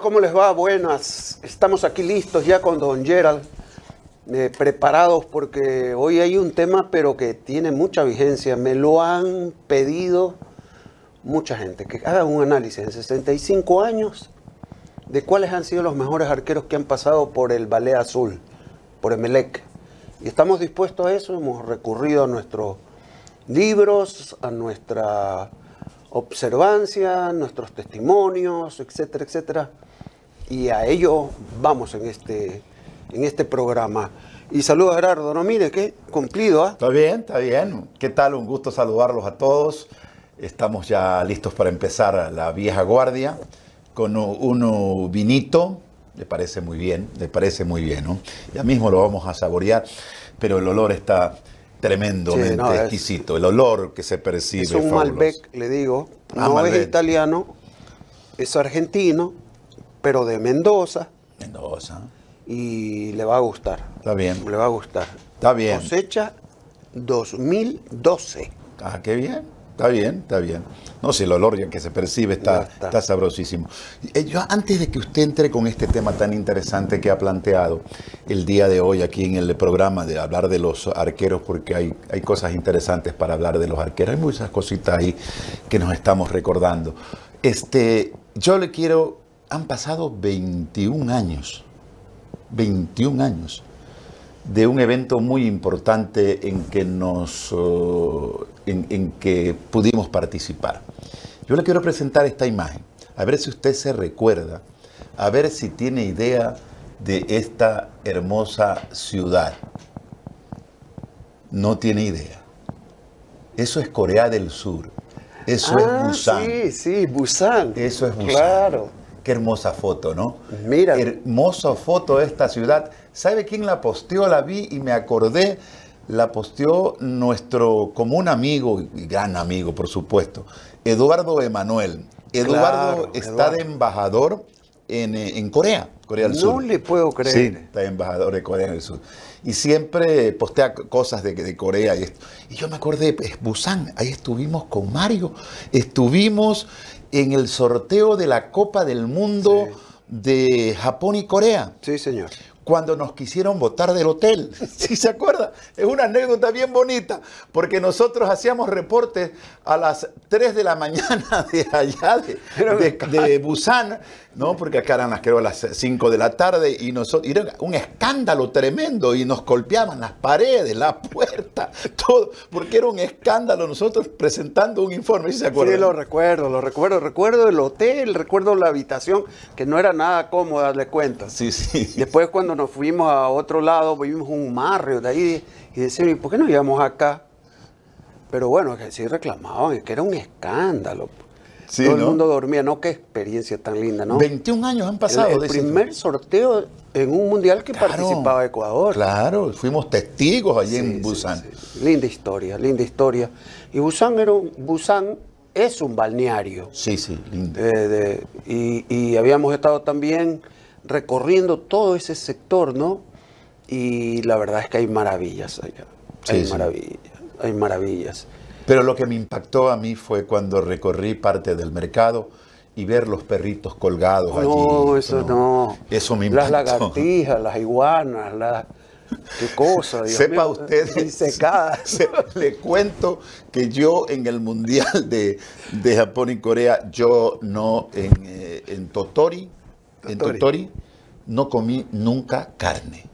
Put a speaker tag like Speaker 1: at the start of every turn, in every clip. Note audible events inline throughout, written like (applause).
Speaker 1: ¿cómo les va? Buenas. Estamos aquí listos ya con Don Gerald, eh, preparados porque hoy hay un tema, pero que tiene mucha vigencia. Me lo han pedido mucha gente, que haga un análisis en 65 años de cuáles han sido los mejores arqueros que han pasado por el Ballet Azul, por Emelec. Y estamos dispuestos a eso, hemos recurrido a nuestros libros, a nuestra observancia, nuestros testimonios, etcétera, etcétera. Y a ello vamos en este, en este programa. Y saludo a Gerardo, no mire, qué cumplido, ¿ah?
Speaker 2: Está bien, está bien. ¿Qué tal? Un gusto saludarlos a todos. Estamos ya listos para empezar la vieja guardia con un, un vinito. Le parece muy bien, le parece muy bien, ¿no? Ya mismo lo vamos a saborear, pero el olor está tremendamente
Speaker 1: Sí, no, es-
Speaker 2: exquisito. el olor que se percibe
Speaker 1: Es un
Speaker 2: fabuloso.
Speaker 1: Malbec, le digo. No
Speaker 2: Ah,
Speaker 1: es
Speaker 2: Malbec.
Speaker 1: italiano, es argentino, pero de Mendoza
Speaker 2: Mendoza.
Speaker 1: y le va a gustar.
Speaker 2: Está bien.
Speaker 1: Le va a gustar.
Speaker 2: Está bien.
Speaker 1: Cosecha 2012.
Speaker 2: Ah, qué bien. Está bien, está bien. No sé, el olor ya que se percibe está,
Speaker 1: Ya está.
Speaker 2: está sabrosísimo. Eh, Yo, antes de que usted entre con este tema tan interesante que ha planteado el día de hoy aquí en el programa de hablar de los arqueros, porque hay, hay cosas interesantes para hablar de los arqueros, hay muchas cositas ahí que nos estamos recordando. Este, yo le quiero, han pasado 21 años, 21 años de un evento muy importante en que nos oh, en, en que pudimos participar. Yo le quiero presentar esta imagen, a ver si usted se recuerda, a ver si tiene idea de esta hermosa ciudad. No tiene idea. Eso es Corea del Sur. Eso
Speaker 1: Ah,
Speaker 2: es Busan.
Speaker 1: Sí, sí, Busan.
Speaker 2: Eso es Busan.
Speaker 1: Claro.
Speaker 2: Qué hermosa foto, ¿no?
Speaker 1: Mira.
Speaker 2: Hermosa foto de esta ciudad. ¿Sabe quién la posteó? La vi y me acordé. La posteó nuestro común amigo, y gran amigo, por supuesto, Eduardo Emanuel. Eduardo
Speaker 1: Claro,
Speaker 2: está
Speaker 1: Eduardo.
Speaker 2: de embajador en, eh, en Corea, Corea del
Speaker 1: No
Speaker 2: Sur.
Speaker 1: le puedo creer.
Speaker 2: Sí, está de embajador de Corea del Sur. Y siempre postea c- cosas de, de Corea y esto. Y yo me acordé, es Busan, ahí estuvimos con Mario, estuvimos en el sorteo de la Copa del Mundo de Japón y Corea,
Speaker 1: Sí, señor.
Speaker 2: cuando nos quisieron votar del
Speaker 1: (laughs)
Speaker 2: hotel. ¿Sí se acuerda? Es una anécdota bien bonita, porque nosotros hacíamos reportes a las 3 de la mañana (laughs) de allá, de,
Speaker 1: Pero (laughs)
Speaker 2: de- de Busan, ¿no? Porque acá eran las, creo, las 5 de la tarde y nosotros, y era un escándalo tremendo y nos golpeaban las paredes, la puerta, (laughs) todo, porque era un escándalo nosotros presentando un informe, ¿sí se acuerda?
Speaker 1: Sí, lo recuerdo, lo recuerdo. Recuerdo el hotel, recuerdo la habitación, que no era nada cómoda, le cuentas.
Speaker 2: Sí, sí.
Speaker 1: Después cuando nos fuimos a otro lado, vimos un barrio de ahí y decían, ¿y por qué no íbamos acá? Pero bueno, que sí reclamaban, que era un escándalo.
Speaker 2: Sí,
Speaker 1: Todo el
Speaker 2: ¿no?
Speaker 1: mundo dormía, no, qué experiencia tan linda, ¿no?
Speaker 2: 21 años han pasado.
Speaker 1: el, el
Speaker 2: de ese-
Speaker 1: primer sorteo en un mundial que
Speaker 2: Claro.
Speaker 1: participaba Ecuador.
Speaker 2: Claro, fuimos testigos allí
Speaker 1: Sí,
Speaker 2: en
Speaker 1: sí,
Speaker 2: Busan.
Speaker 1: sí. Linda historia, linda historia. Y Busan era un, Busan es un balneario.
Speaker 2: Sí, sí, lindo.
Speaker 1: Eh, de- y, y habíamos estado también recorriendo todo ese sector, ¿no? Y la verdad es que hay maravillas allá. Hay
Speaker 2: Sí, sí.
Speaker 1: maravillas, hay maravillas.
Speaker 2: Pero lo que me impactó a mí fue cuando recorrí parte del mercado y ver los perritos colgados allí.
Speaker 1: no, Oh, eso no.
Speaker 2: Eso me
Speaker 1: Las
Speaker 2: impactó.
Speaker 1: lagartijas, las iguanas, las... Qué
Speaker 2: (laughs)
Speaker 1: cosa, Dios
Speaker 2: Sepa
Speaker 1: mío, (laughs)
Speaker 2: usted,
Speaker 1: disecadas.
Speaker 2: (laughs) se- le cuento que yo en el Mundial de, de Japón y Corea, yo no, en, eh, en Totori, en
Speaker 1: Totori.
Speaker 2: Totori, no comí nunca carne.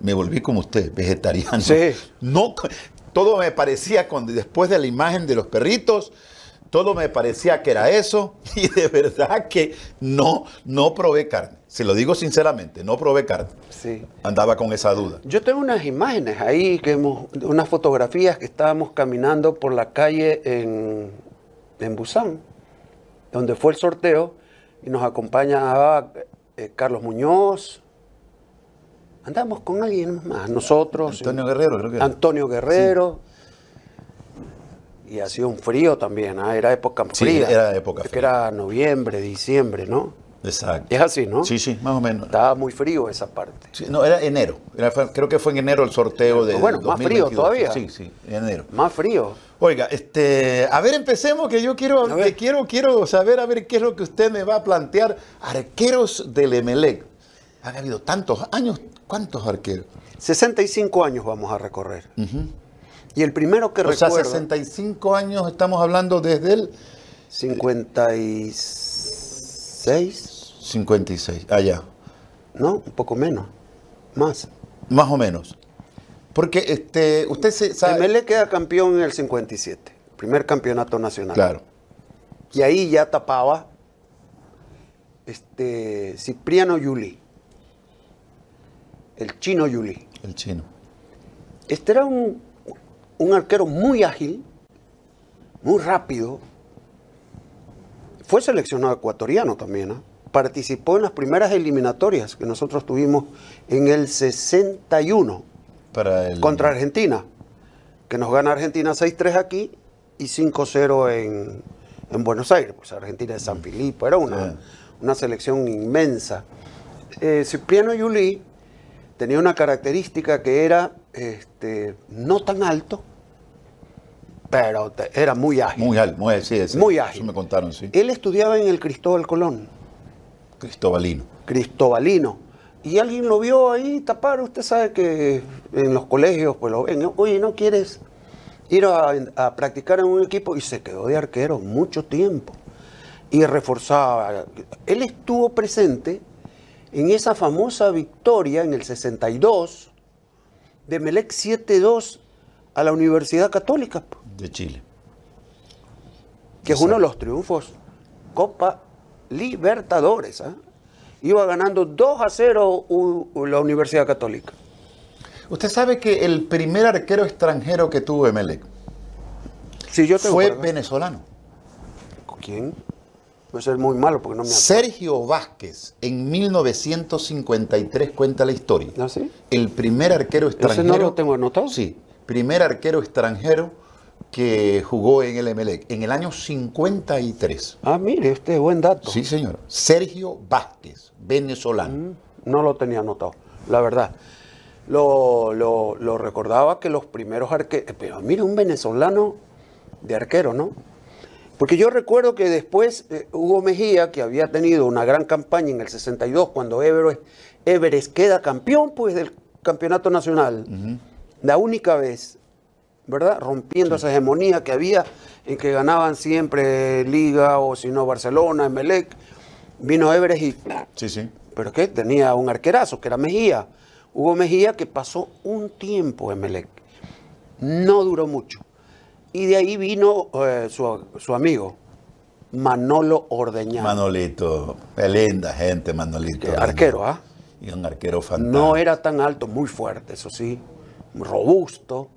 Speaker 2: Me volví como usted, vegetariano.
Speaker 1: Sí.
Speaker 2: No, co- todo me parecía, cuando, después de la imagen de los perritos, todo me parecía que era eso (laughs) y de verdad que no, no probé carne. Se lo digo sinceramente, no probé carne.
Speaker 1: Sí.
Speaker 2: Andaba con esa duda.
Speaker 1: Yo tengo unas imágenes ahí, que hemos, unas fotografías que estábamos caminando por la calle en, en Busan, donde fue el sorteo, y nos acompañaba eh, Carlos Muñoz. Andamos con alguien más, nosotros,
Speaker 2: Antonio Guerrero, creo que era.
Speaker 1: Antonio Guerrero. Y hacía un frío también, ah, era época
Speaker 2: Sí,
Speaker 1: fría.
Speaker 2: era época
Speaker 1: que
Speaker 2: fría.
Speaker 1: era noviembre, diciembre, ¿no?
Speaker 2: Exacto.
Speaker 1: Es así, ¿no?
Speaker 2: Sí, sí, más o menos.
Speaker 1: Estaba muy frío esa parte.
Speaker 2: Sí, no, era enero. Era- fue- creo que fue en enero el sorteo de.
Speaker 1: Bueno,
Speaker 2: del
Speaker 1: más frío todavía.
Speaker 2: 2022. Sí, sí, en enero.
Speaker 1: Más frío.
Speaker 2: Oiga, este, a ver, empecemos, que yo quiero,
Speaker 1: A ver.
Speaker 2: que quiero, quiero saber a ver qué es lo que usted me va a plantear. Arqueros del Emelec. Han habido tantos años, ¿cuántos arqueros?
Speaker 1: 65 años vamos a recorrer. Y el primero que
Speaker 2: o sea,
Speaker 1: recuerdo...
Speaker 2: 65 años estamos hablando desde el
Speaker 1: 56,
Speaker 2: 56, allá,
Speaker 1: ¿no? Un poco menos. Más.
Speaker 2: más o menos. Porque este, usted se sabe.
Speaker 1: ML queda campeón en el 57, primer campeonato nacional.
Speaker 2: Claro.
Speaker 1: Y ahí ya tapaba este, Cipriano Yuli, el chino Yuli.
Speaker 2: El chino.
Speaker 1: Este era un, un arquero muy ágil, muy rápido. Fue seleccionado ecuatoriano también. ¿ah? Participó en las primeras eliminatorias que nosotros tuvimos en el 61
Speaker 2: Para el.
Speaker 1: contra Argentina, que nos gana Argentina 6-3 aquí y 5-0 en, en Buenos Aires, pues Argentina de San Filipo, era una,
Speaker 2: Sí.
Speaker 1: una selección inmensa. Eh, Cipriano Yuli tenía una característica que era este, no tan alto, pero te- era muy ágil.
Speaker 2: Muy ágil, muy, sí, sí,
Speaker 1: Muy ágil.
Speaker 2: Eso me contaron, sí.
Speaker 1: Él estudiaba en el Cristóbal Colón.
Speaker 2: Cristobalino.
Speaker 1: cristobalino. Y alguien lo vio ahí tapar, usted sabe que en los colegios pues lo ven, oye, ¿no quieres ir a, a practicar en un equipo? Y se quedó de arquero mucho tiempo. Y reforzaba. Él estuvo presente en esa famosa victoria en el 62 de Melec 7-2 a la Universidad Católica, pues.
Speaker 2: de Chile.
Speaker 1: que es uno de los triunfos Copa Libertadores. ¿ah? Iba ganando 2 a 0 u- u- la Universidad Católica.
Speaker 2: Usted sabe que el primer arquero extranjero que tuvo Emelec
Speaker 1: Si yo te
Speaker 2: fue
Speaker 1: acuerdo.
Speaker 2: venezolano.
Speaker 1: ¿Quién? Voy a ser muy malo porque no me acuerdo.
Speaker 2: Sergio Vázquez, en 1953, cuenta la historia.
Speaker 1: ¿Ah, sí?
Speaker 2: El primer arquero extranjero.
Speaker 1: no lo tengo anotado?
Speaker 2: Sí, primer arquero extranjero que jugó en el Emelec en el año 53.
Speaker 1: Ah, mire, este es buen dato.
Speaker 2: Sí, señor. Sergio Vázquez,
Speaker 1: Mm.
Speaker 2: venezolano.
Speaker 1: No lo tenía anotado, la verdad. Lo, lo- lo recordaba que los primeros arqueros. Pero mire, un venezolano de arquero, ¿no? Porque yo recuerdo que después eh, Hugo Mejía, que había tenido una gran campaña en el 62, cuando Everest, Everest queda campeón pues, del campeonato nacional, la única vez, ¿verdad? Rompiendo esa hegemonía que había en que ganaban siempre Liga o si no Barcelona, Emelec. Vino Everest y
Speaker 2: Sí, sí.
Speaker 1: pero que tenía un arquerazo, que era Mejía. Hugo Mejía que pasó un tiempo en Melec. No duró mucho. Y de ahí vino eh, su, su amigo, Manolo Ordeñán.
Speaker 2: Manolito, qué linda gente, Manolito.
Speaker 1: que arquero, ¿ah?
Speaker 2: Y un arquero fantástico.
Speaker 1: No era tan alto, muy fuerte, eso sí. Robusto,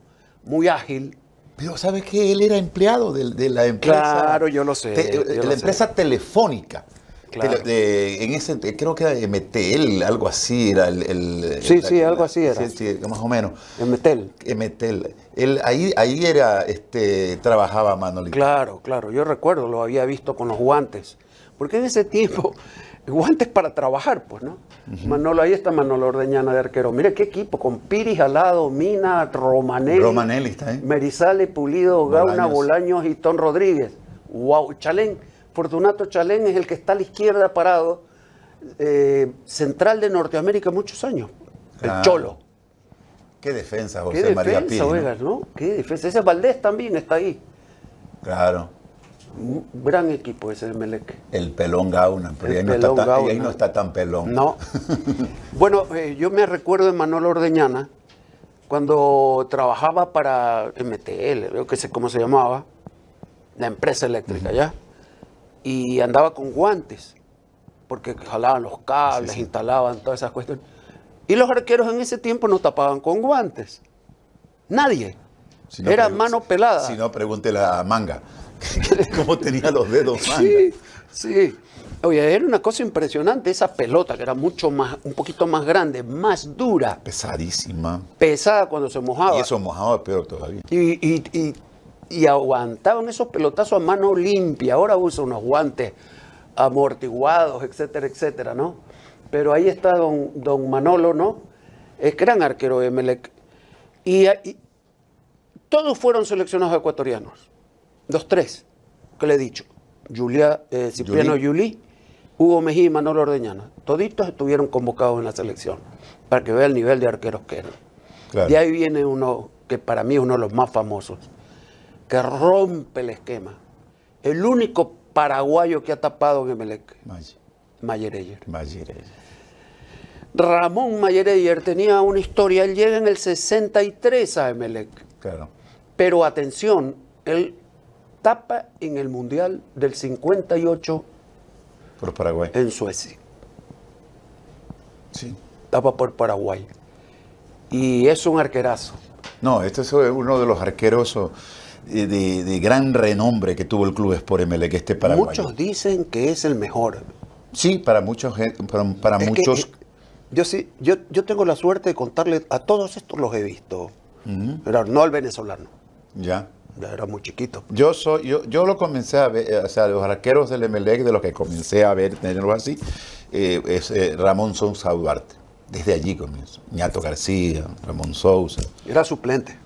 Speaker 1: muy ágil.
Speaker 2: Pero sabes que él era empleado del- de, la empresa.
Speaker 1: Claro, yo lo sé, yo
Speaker 2: de
Speaker 1: lo
Speaker 2: la
Speaker 1: sé.
Speaker 2: empresa telefónica.
Speaker 1: Claro.
Speaker 2: Tele- de- en ese, creo que era MTL, algo así era el. el-
Speaker 1: Sí,
Speaker 2: la-
Speaker 1: sí, algo así era.
Speaker 2: Sí, sí, más o menos.
Speaker 1: En Metel.
Speaker 2: MTL. Él, ahí, ahí era, este, trabajaba Manolito.
Speaker 1: Claro, claro, yo recuerdo, lo había visto con los guantes. Porque en ese tiempo, (laughs) guantes para trabajar, pues, ¿no? Manolo, ahí está Manolo Ordeñana de arquero. Mire qué equipo, con Piris Alado, Mina, Romanelli,
Speaker 2: Romanelli está ahí.
Speaker 1: Merizale, Pulido, Gauna,
Speaker 2: Bolaños.
Speaker 1: Bolaños y Ton Rodríguez. Wow, Chalén, Fortunato Chalén es el que está a la izquierda parado, eh, central de Norteamérica muchos años. El
Speaker 2: Ah,
Speaker 1: Cholo.
Speaker 2: Qué defensa,
Speaker 1: Qué
Speaker 2: José María
Speaker 1: defensa,
Speaker 2: Pires. ¿no?
Speaker 1: oiga, ¿no? Qué defensa. Ese Valdés también está ahí.
Speaker 2: Claro.
Speaker 1: Un gran equipo ese de Melec.
Speaker 2: El pelón Gauna, pero
Speaker 1: El
Speaker 2: ahí, no está
Speaker 1: pelón
Speaker 2: tan,
Speaker 1: Gauna.
Speaker 2: ahí no está tan pelón.
Speaker 1: No. bueno, eh, yo me recuerdo de Manolo Ordeñana cuando trabajaba para MTL, creo que sé cómo se llamaba, la empresa eléctrica ya, y andaba con guantes, porque jalaban los cables,
Speaker 2: Sí, sí.
Speaker 1: instalaban todas esas cuestiones. Y los arqueros en ese tiempo no tapaban con guantes. Nadie.
Speaker 2: Si no
Speaker 1: Era
Speaker 2: pregun-
Speaker 1: mano pelada.
Speaker 2: Si no, pregúntele a Manga. (laughs) ¿Cómo tenía los dedos Manga?
Speaker 1: Sí, sí. Oye, era una cosa impresionante esa pelota que era mucho más, un poquito más grande, más dura,
Speaker 2: Pesadísima.
Speaker 1: pesada cuando se mojaba.
Speaker 2: Y eso mojado es peor todavía.
Speaker 1: Y, y- y- y aguantaban esos pelotazos a mano limpia. Ahora usa unos guantes amortiguados, etcétera, etcétera, ¿no? Pero ahí está don, don Manolo, ¿no? Es gran arquero de Emelec. Y, y todos fueron seleccionados ecuatorianos, los tres que le he dicho, Julia, eh, Cipriano
Speaker 2: Yuli.
Speaker 1: Yuli, Hugo Mejía y Manolo Ordeñana, toditos estuvieron convocados en la selección, para que vea el nivel de arqueros que eran.
Speaker 2: Claro.
Speaker 1: De ahí viene uno que para mí es uno de los más famosos, que rompe el esquema. El único paraguayo que ha tapado en Emelec,
Speaker 2: Maggi-
Speaker 1: Mayereyer.
Speaker 2: Maggi-
Speaker 1: Ramón Mayereyer tenía una historia, él llega en el 63 a Emelec,
Speaker 2: Claro.
Speaker 1: pero atención, él tapa en el Mundial del 58
Speaker 2: Por Paraguay.
Speaker 1: en Suecia,
Speaker 2: Sí.
Speaker 1: tapa por Paraguay. Y es un arquerazo.
Speaker 2: No, este es uno de los arqueros oh, de, de- de gran renombre que tuvo el club Sport Emelec, este paraguayo.
Speaker 1: Muchos dicen que es el mejor.
Speaker 2: Sí, para muchos, gen- para, para
Speaker 1: Es que,
Speaker 2: muchos.
Speaker 1: eh, yo sí, yo, yo tengo la suerte de contarle a todos estos los he visto. Pero no al venezolano.
Speaker 2: Ya.
Speaker 1: Ya era muy chiquito.
Speaker 2: Yo soy, yo, yo lo comencé a ver, eh, o sea, los arqueros del Emelec, de los que comencé a ver, tenerlo así, eh, es eh, Ramón Sousa Duarte. Desde allí comienzo. Ñato García, Ramón Sousa.
Speaker 1: Era suplente,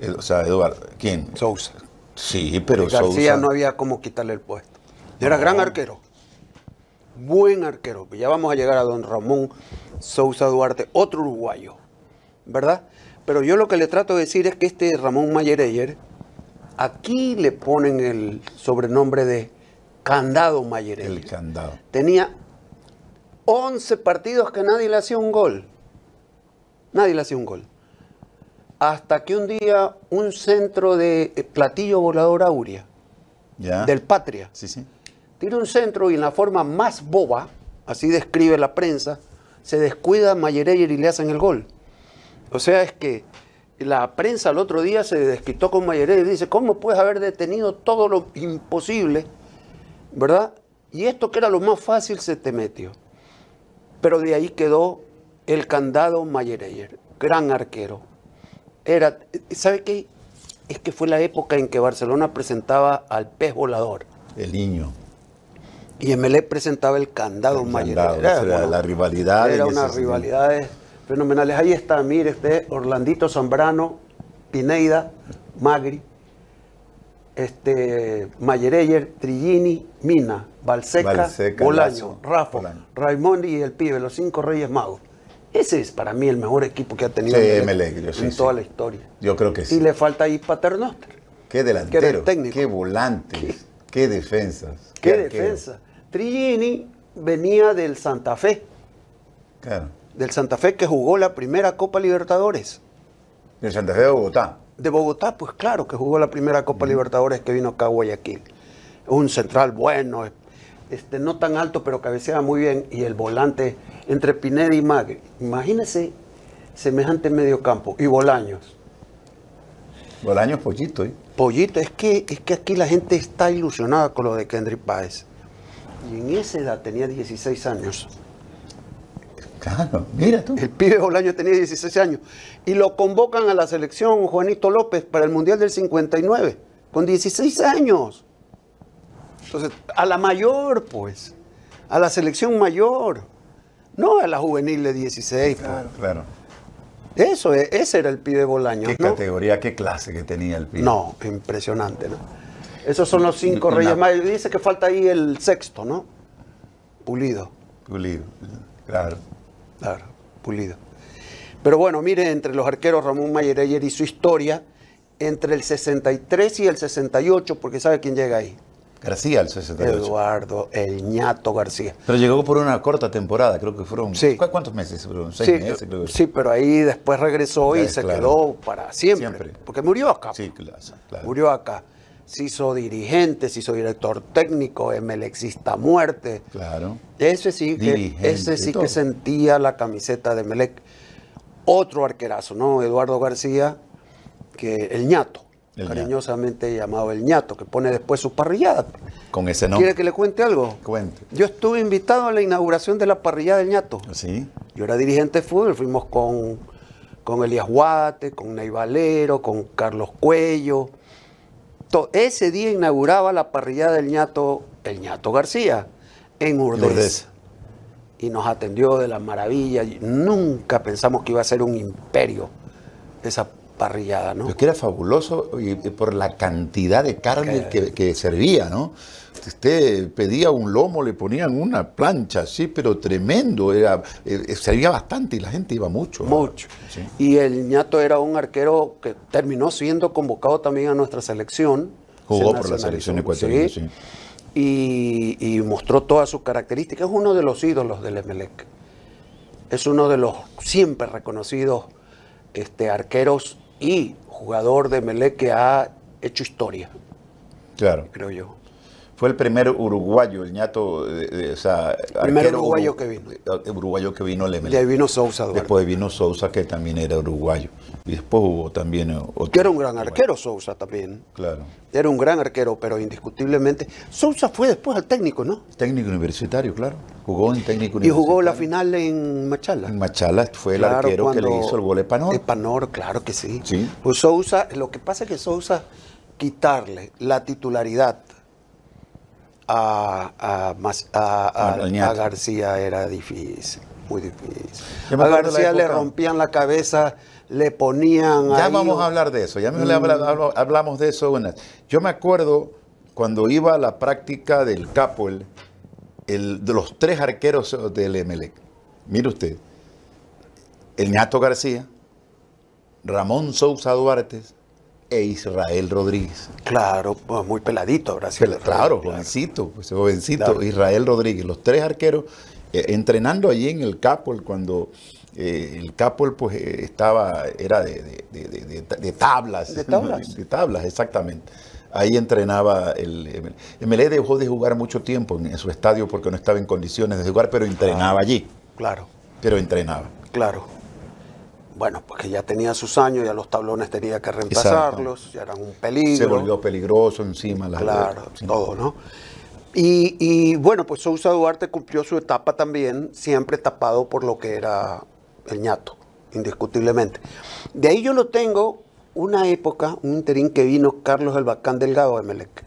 Speaker 2: eh, o sea, Eduardo, ¿quién?
Speaker 1: Sousa. Eh,
Speaker 2: Sí, pero
Speaker 1: García
Speaker 2: Sousa.
Speaker 1: no había cómo quitarle el puesto. Era gran arquero. Buen arquero. Ya vamos a llegar a don Ramón Sousa Duarte, otro uruguayo. ¿Verdad? Pero yo lo que le trato de decir es que este Ramón Mayereyer, aquí le ponen el sobrenombre de Candado Mayereyer.
Speaker 2: El candado.
Speaker 1: tenía 11 partidos que nadie le hacía un gol. Nadie le hacía un gol. Hasta que un día un centro de eh, platillo volador Aurea,
Speaker 2: ¿Ya?
Speaker 1: del Patria,
Speaker 2: Sí, sí.
Speaker 1: tira un centro y en la forma más boba, así describe la prensa, se descuida Mayereyer y le hacen el gol. O sea, es que la prensa al otro día se desquitó con Mayereyer y dice, ¿cómo puedes haber detenido todo lo imposible? ¿Verdad? Y esto que era lo más fácil se te metió. Pero de ahí quedó el candado Mayereyer, gran arquero. Era, ¿sabe qué? Es que fue la época en que Barcelona presentaba al pez volador.
Speaker 2: El niño.
Speaker 1: Y Emelec presentaba el candado
Speaker 2: El
Speaker 1: mayor.
Speaker 2: candado, esa era la rivalidad en
Speaker 1: Era
Speaker 2: ese
Speaker 1: unas
Speaker 2: sentido.
Speaker 1: rivalidades fenomenales. Ahí está, mire, este Orlandito Zambrano, Pineida, Magri, este Mayereyer, Trillini, Mina, Balseca,
Speaker 2: Balseca,
Speaker 1: Bolaño,
Speaker 2: Lazo,
Speaker 1: Rafa,
Speaker 2: Bolaño.
Speaker 1: Raimondi y el pibe, los cinco Reyes Magos. Ese es para mí el mejor equipo que ha tenido
Speaker 2: Sí, E,
Speaker 1: Emelec
Speaker 2: Emelec, yo sí,
Speaker 1: en
Speaker 2: sí.
Speaker 1: toda la historia.
Speaker 2: Yo creo que
Speaker 1: Y
Speaker 2: sí.
Speaker 1: le falta ahí Paternoster.
Speaker 2: Qué delantero.
Speaker 1: técnico.
Speaker 2: Qué volantes. Qué defensas.
Speaker 1: Qué
Speaker 2: arquero.
Speaker 1: defensa. Trillini venía del Santa Fe.
Speaker 2: Claro.
Speaker 1: del Santa Fe que jugó la primera Copa Libertadores.
Speaker 2: El Santa Fe de Bogotá.
Speaker 1: De Bogotá, pues claro, que jugó la primera Copa Libertadores que vino acá a Guayaquil. Un central bueno, este, no tan alto, pero cabeceaba muy bien. Y el volante entre Pineda y Magri. Imagínense semejante mediocampo. Y Bolaños.
Speaker 2: Bolaños Pochito, ¿eh?
Speaker 1: Pollito, es que, es que aquí la gente está ilusionada con lo de Kendrick Páez. Y en esa edad tenía 16 años.
Speaker 2: Claro. Mira tú.
Speaker 1: El pibe Bolaño tenía 16 años. Y lo convocan a la selección Juanito López para el Mundial del 59, con 16 años. Entonces, a la mayor, pues. A la selección mayor. No a la juvenil de 16. pues.
Speaker 2: Claro, claro.
Speaker 1: Eso, es- ese era el pibe Bolaño.
Speaker 2: Qué
Speaker 1: ¿no?
Speaker 2: categoría, qué clase que tenía el pibe.
Speaker 1: No, impresionante, ¿no? Esos son los cinco
Speaker 2: No.
Speaker 1: reyes más. Dice que falta ahí el sexto, ¿no? Pulido.
Speaker 2: Pulido. Claro.
Speaker 1: Claro, pulido. Pero bueno, mire, entre los arqueros Ramón Mayereyer y su historia, entre el 63 y el 68, porque ¿sabe quién llega ahí?
Speaker 2: García, el 68.
Speaker 1: Eduardo El Ñato García.
Speaker 2: Pero llegó por una corta temporada, creo que fueron.
Speaker 1: Sí.
Speaker 2: ¿cu- ¿Cuántos meses? Fueron seis
Speaker 1: Sí,
Speaker 2: meses, creo que
Speaker 1: sí, pero ahí después regresó y
Speaker 2: Ya,
Speaker 1: se
Speaker 2: claro.
Speaker 1: quedó para siempre,
Speaker 2: Siempre.
Speaker 1: Porque murió acá.
Speaker 2: Sí, claro. claro.
Speaker 1: Murió acá. Se hizo dirigente, se hizo director técnico, emelexista a muerte.
Speaker 2: Claro.
Speaker 1: Ese sí que,
Speaker 2: Dirigente,
Speaker 1: ese sí
Speaker 2: todo.
Speaker 1: que sentía la camiseta de Melec. Otro arquerazo, ¿no? Eduardo García, que el ñato,
Speaker 2: El
Speaker 1: cariñosamente llamado el ñato, que pone después su parrillada.
Speaker 2: Con ese nombre.
Speaker 1: ¿Quiere que le cuente algo?
Speaker 2: Cuente.
Speaker 1: Yo estuve invitado a la inauguración de la parrillada del ñato.
Speaker 2: Sí.
Speaker 1: Yo era dirigente de fútbol, fuimos con, con Elías Guate, con Ney Valero, con Carlos Cuello. To- ese día inauguraba la parrillada del ñato, el ñato García. en Urdesa.
Speaker 2: Lourdes.
Speaker 1: y nos atendió de la maravilla. Y Nunca pensamos que iba a ser un imperio esa parrillada, ¿no?
Speaker 2: Pero que era fabuloso y, y por la cantidad de carne que, que servía, ¿no? Usted pedía un lomo, le ponían una plancha, sí, pero tremendo. Era, eh, servía bastante y la gente iba mucho.
Speaker 1: Mucho.
Speaker 2: Sí.
Speaker 1: Y el ñato era un arquero que terminó siendo convocado también a nuestra selección.
Speaker 2: Jugó
Speaker 1: Se
Speaker 2: por la selección
Speaker 1: nacionalizó,
Speaker 2: ecuatoriana,
Speaker 1: sí.
Speaker 2: sí.
Speaker 1: Y, y mostró todas sus características. Es uno de los ídolos del Emelec. Es uno de los siempre reconocidos este, arqueros y jugador de Emelec que ha hecho historia,
Speaker 2: Claro.
Speaker 1: creo yo.
Speaker 2: Fue el primer uruguayo, el ñato, eh, eh, o sea,
Speaker 1: primer
Speaker 2: arquero
Speaker 1: uruguayo
Speaker 2: uru-
Speaker 1: que vino.
Speaker 2: eh, Uruguayo que vino al
Speaker 1: De ahí
Speaker 2: Emelec.
Speaker 1: vino Sousa Duarte.
Speaker 2: Después vino Sousa, que también era uruguayo. Y después hubo también eh, otro.
Speaker 1: Que era un gran arquero Sousa también.
Speaker 2: Claro.
Speaker 1: Era un gran arquero, pero indiscutiblemente. Sousa fue después al técnico, ¿no?
Speaker 2: Técnico universitario, claro. Jugó en técnico
Speaker 1: Y jugó la
Speaker 2: universitario.
Speaker 1: final en Machala.
Speaker 2: En Machala fue el
Speaker 1: Claro,
Speaker 2: arquero que le
Speaker 1: cuando-
Speaker 2: hizo el gol de Panor.
Speaker 1: De Panor, claro que sí.
Speaker 2: Sí.
Speaker 1: Pues Sousa, lo que pasa es que Sousa, quitarle la titularidad a, a Mas- a- a-
Speaker 2: Al- al Ñato.
Speaker 1: a García era difícil, muy difícil.
Speaker 2: Yo me
Speaker 1: A
Speaker 2: acuerdo de la
Speaker 1: García le
Speaker 2: época-
Speaker 1: rompían la cabeza, le ponían
Speaker 2: Ya
Speaker 1: ahí
Speaker 2: vamos
Speaker 1: un-
Speaker 2: a hablar de eso, ya me le habla- hablo- hablamos de eso. bueno. Yo me acuerdo cuando iba a la práctica del capo, el, el- de los tres arqueros del Emelec. Mire usted, el ñato García, Ramón Sousa Duarte e Israel Rodríguez.
Speaker 1: Claro, pues, muy peladito habrá sido.
Speaker 2: Pero, claro, jovencito, pues, jovencito,
Speaker 1: Claro.
Speaker 2: Israel Rodríguez, los tres arqueros, eh, entrenando allí en el Capol, cuando eh, el Capol pues eh, estaba, era de, de- de- de- de- de tablas.
Speaker 1: De tablas.
Speaker 2: (laughs) De tablas, exactamente. Ahí entrenaba el MLE. MLE dejó de jugar mucho tiempo en, en su estadio porque no estaba en condiciones de jugar, pero entrenaba
Speaker 1: Ah.
Speaker 2: allí.
Speaker 1: Claro,
Speaker 2: Pero entrenaba.
Speaker 1: claro. Bueno, porque ya tenía sus años, ya los tablones tenía que reemplazarlos, ya eran un peligro.
Speaker 2: Se volvió peligroso encima. las-
Speaker 1: Claro,
Speaker 2: sí.
Speaker 1: todo, ¿no? Y, y, bueno, pues Sousa Duarte cumplió su etapa también, siempre tapado por lo que era el ñato, indiscutiblemente. De ahí yo lo tengo una época, un interín que vino Carlos el Bacán Delgado de Melec,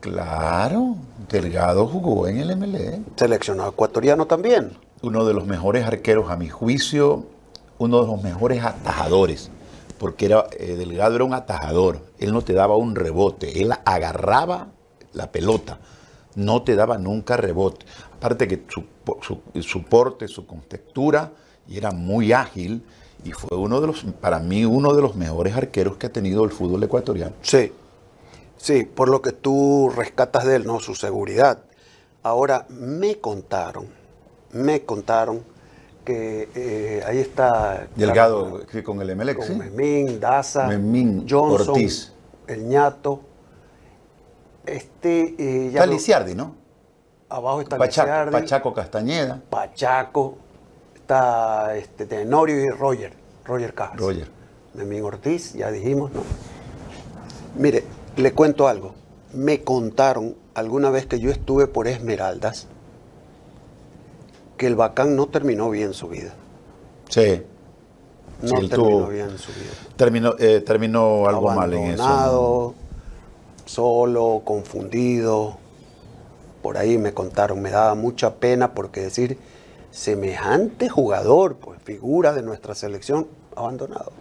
Speaker 2: Claro, Delgado jugó en el MLE.
Speaker 1: seleccionado ecuatoriano también.
Speaker 2: uno de los mejores arqueros, a mi juicio, uno de los mejores atajadores, porque era, eh, Delgado era un atajador, él no te daba un rebote, él agarraba la pelota, no te daba nunca rebote. Aparte que su, po- su- su porte, su contextura, y era muy ágil, y fue uno de los, para mí, uno de los mejores arqueros que ha tenido el fútbol ecuatoriano.
Speaker 1: Sí, sí, por lo que tú rescatas de él, ¿no? Su seguridad. Ahora, me contaron, me contaron que eh, ahí está... Carlos-
Speaker 2: Delgado que con el MLX.
Speaker 1: con
Speaker 2: ¿sí?
Speaker 1: Memín, Daza,
Speaker 2: Memín,
Speaker 1: Johnson,
Speaker 2: Ortiz.
Speaker 1: el ñato. Este, eh, ya
Speaker 2: Está
Speaker 1: no-
Speaker 2: Lisiardi, ¿no?
Speaker 1: abajo está
Speaker 2: Pachaco,
Speaker 1: Lisiardi,
Speaker 2: Pachaco Castañeda.
Speaker 1: Pachaco, está este, Tenorio y Roger, Roger Cajas.
Speaker 2: Roger.
Speaker 1: Memín Ortiz, ya dijimos, ¿no? Mire, le cuento algo. Me contaron alguna vez que yo estuve por Esmeraldas que el Bacán no terminó bien su vida.
Speaker 2: Sí.
Speaker 1: No
Speaker 2: Sí, él
Speaker 1: terminó
Speaker 2: tuvo-
Speaker 1: bien su vida.
Speaker 2: Terminó, eh, terminó algo mal en eso. ¿no?
Speaker 1: abandonado, solo, confundido. Por ahí me contaron, me daba mucha pena porque decir semejante jugador, pues figura de nuestra selección, abandonado.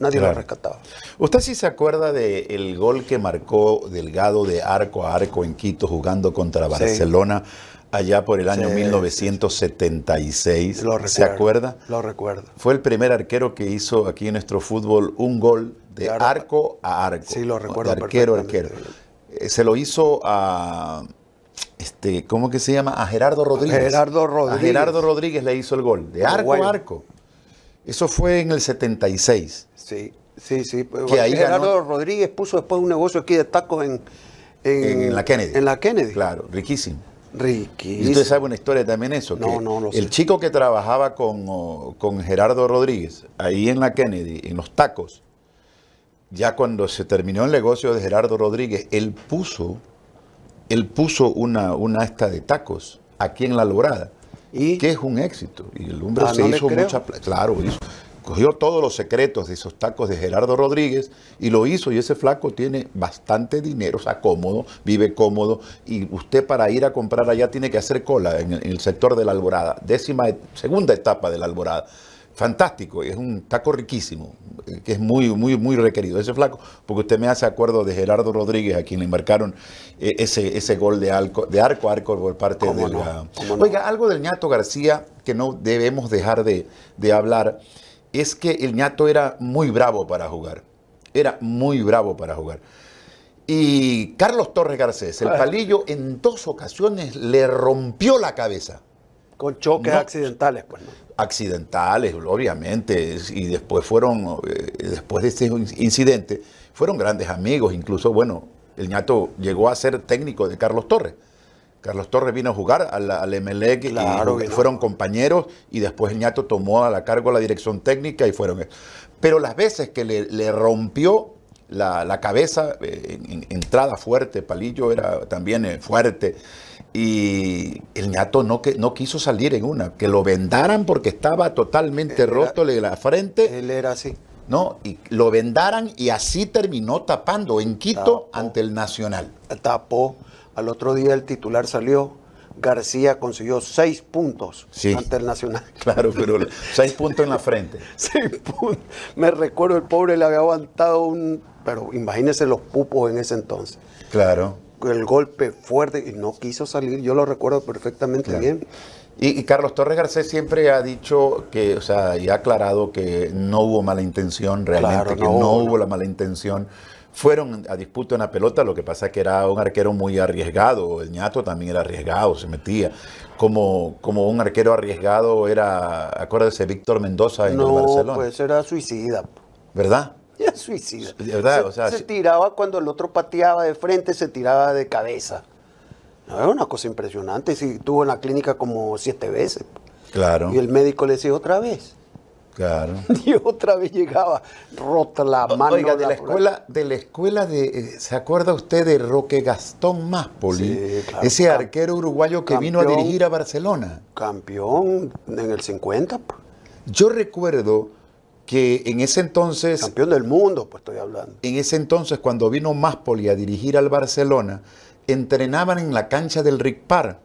Speaker 1: Nadie lo
Speaker 2: Claro.
Speaker 1: rescataba.
Speaker 2: ¿Usted sí se acuerda del gol que marcó Delgado de arco a arco en Quito jugando contra Barcelona allá por el año
Speaker 1: Sí,
Speaker 2: 1976?
Speaker 1: Lo recuerdo,
Speaker 2: ¿Se acuerda?
Speaker 1: Lo recuerdo.
Speaker 2: Fue el primer arquero que hizo aquí en nuestro fútbol un gol de
Speaker 1: Claro.
Speaker 2: arco a arco.
Speaker 1: Sí, lo recuerdo
Speaker 2: De arquero a arquero.
Speaker 1: perfectamente.
Speaker 2: Eh, Se lo hizo a. Este, ¿Cómo que se llama? A Gerardo Rodríguez.
Speaker 1: Gerardo
Speaker 2: A Gerardo Rodríguez le hizo el gol, de arco
Speaker 1: Uruguayo.
Speaker 2: a arco. Eso fue en el 76.
Speaker 1: Sí, sí, sí. pues,
Speaker 2: Que ahí
Speaker 1: Gerardo
Speaker 2: ganó-
Speaker 1: Rodríguez puso después un negocio aquí de tacos en, en,
Speaker 2: En la Kennedy.
Speaker 1: En la Kennedy.
Speaker 2: Claro, riquísimo. Y
Speaker 1: Riquísimo.
Speaker 2: usted sabe una historia también eso.
Speaker 1: No,
Speaker 2: que
Speaker 1: no lo
Speaker 2: el
Speaker 1: sé.
Speaker 2: chico que trabajaba con, oh, con Gerardo Rodríguez, ahí en la Kennedy, en los tacos, ya cuando se terminó el negocio de Gerardo Rodríguez, él puso, él puso una, una esta de tacos aquí en La Lograda.
Speaker 1: ¿Y?
Speaker 2: que es un éxito. Y el hombre
Speaker 1: Ah,
Speaker 2: se
Speaker 1: no le
Speaker 2: hizo
Speaker 1: creo.
Speaker 2: mucha pla- Claro, hizo- cogió todos los secretos de esos tacos de Gerardo Rodríguez y lo hizo. Y ese flaco tiene bastante dinero, o sea, cómodo, vive cómodo. Y usted para ir a comprar allá tiene que hacer cola en el, en el sector de la Alborada, décima, e, segunda etapa de la Alborada. Fantástico, es un taco riquísimo, eh, que es muy, muy, muy requerido. Ese flaco, porque usted me hace acuerdo de Gerardo Rodríguez, a quien le marcaron eh, ese, ese gol de, alco- de arco a arco por parte
Speaker 1: ¿Cómo
Speaker 2: de
Speaker 1: no?
Speaker 2: la-
Speaker 1: ¿Cómo no?
Speaker 2: Oiga, algo del ñato García que no debemos dejar de, de hablar es que el ñato era muy bravo para jugar. Era muy bravo para jugar. Y Carlos Torres Garcés, el
Speaker 1: Ah.
Speaker 2: palillo, en dos ocasiones le rompió la cabeza
Speaker 1: Con choques
Speaker 2: No.
Speaker 1: accidentales, pues. ¿no?
Speaker 2: accidentales, obviamente, y después fueron, eh, después de este in- incidente, fueron grandes amigos, incluso, bueno, el ñato llegó a ser técnico de Carlos Torres. Carlos Torres vino a jugar al, al Emelec y
Speaker 1: Claro
Speaker 2: jug-
Speaker 1: que no.
Speaker 2: fueron compañeros y después el ñato tomó a la cargo la dirección técnica y fueron. Pero las veces que le, le rompió la, la cabeza, eh, en- en- entrada fuerte, palillo era también eh, fuerte. Y el ñato no, que, no quiso salir en una, que lo vendaran porque estaba totalmente
Speaker 1: Eh, Era- Eh.
Speaker 2: roto de la frente,
Speaker 1: Él era así.
Speaker 2: ¿no? Y lo vendaran y así terminó tapando en Quito
Speaker 1: Tapó.
Speaker 2: ante el Nacional. (laughs)
Speaker 1: tapó. Al otro día el titular salió. García consiguió seis puntos
Speaker 2: Sí.
Speaker 1: ante el Nacional. (laughs)
Speaker 2: Claro, pero seis puntos en la frente.
Speaker 1: Seis puntos. Me recuerdo, el pobre le había aguantado un... Pero imagínense los pupos en ese entonces.
Speaker 2: Claro.
Speaker 1: El golpe fuerte y no quiso salir. Yo lo recuerdo perfectamente
Speaker 2: Claro.
Speaker 1: bien.
Speaker 2: Y, y Carlos Torres Garcés siempre ha dicho que, o sea, y ha aclarado que no hubo mala intención realmente,
Speaker 1: Claro,
Speaker 2: que
Speaker 1: no
Speaker 2: no,
Speaker 1: hubo,
Speaker 2: hubo
Speaker 1: no.
Speaker 2: la mala intención. Fueron a disputa una pelota, lo que pasa que era un arquero muy arriesgado, el ñato también era arriesgado, se metía. Como, como un arquero arriesgado era, acuérdese, Víctor Mendoza en el
Speaker 1: No,
Speaker 2: Barcelona,
Speaker 1: pues era suicida. (laughs)
Speaker 2: ¿verdad?
Speaker 1: Ya suicida.
Speaker 2: De verdad,
Speaker 1: se,
Speaker 2: o sea,
Speaker 1: se
Speaker 2: sí.
Speaker 1: tiraba cuando el otro pateaba de frente, se tiraba de cabeza. No, Era una cosa impresionante. Sí, estuvo en la clínica como siete veces.
Speaker 2: Claro,
Speaker 1: Y el médico le decía otra vez.
Speaker 2: claro.
Speaker 1: (laughs) Y otra vez llegaba rota la mano.
Speaker 2: Oiga, de la
Speaker 1: la-
Speaker 2: escuela, de la escuela de, eh, ¿se acuerda usted de Roque Gastón Máspoli?
Speaker 1: Sí, claro.
Speaker 2: Ese arquero uruguayo que vino a
Speaker 1: Campeón.
Speaker 2: dirigir a Barcelona.
Speaker 1: Campeón en el 50, pues.
Speaker 2: Yo recuerdo que en ese entonces,
Speaker 1: campeón del mundo, pues estoy hablando.
Speaker 2: en ese entonces cuando vino Máspoli a dirigir al Barcelona, entrenaban en la cancha del Ricpar,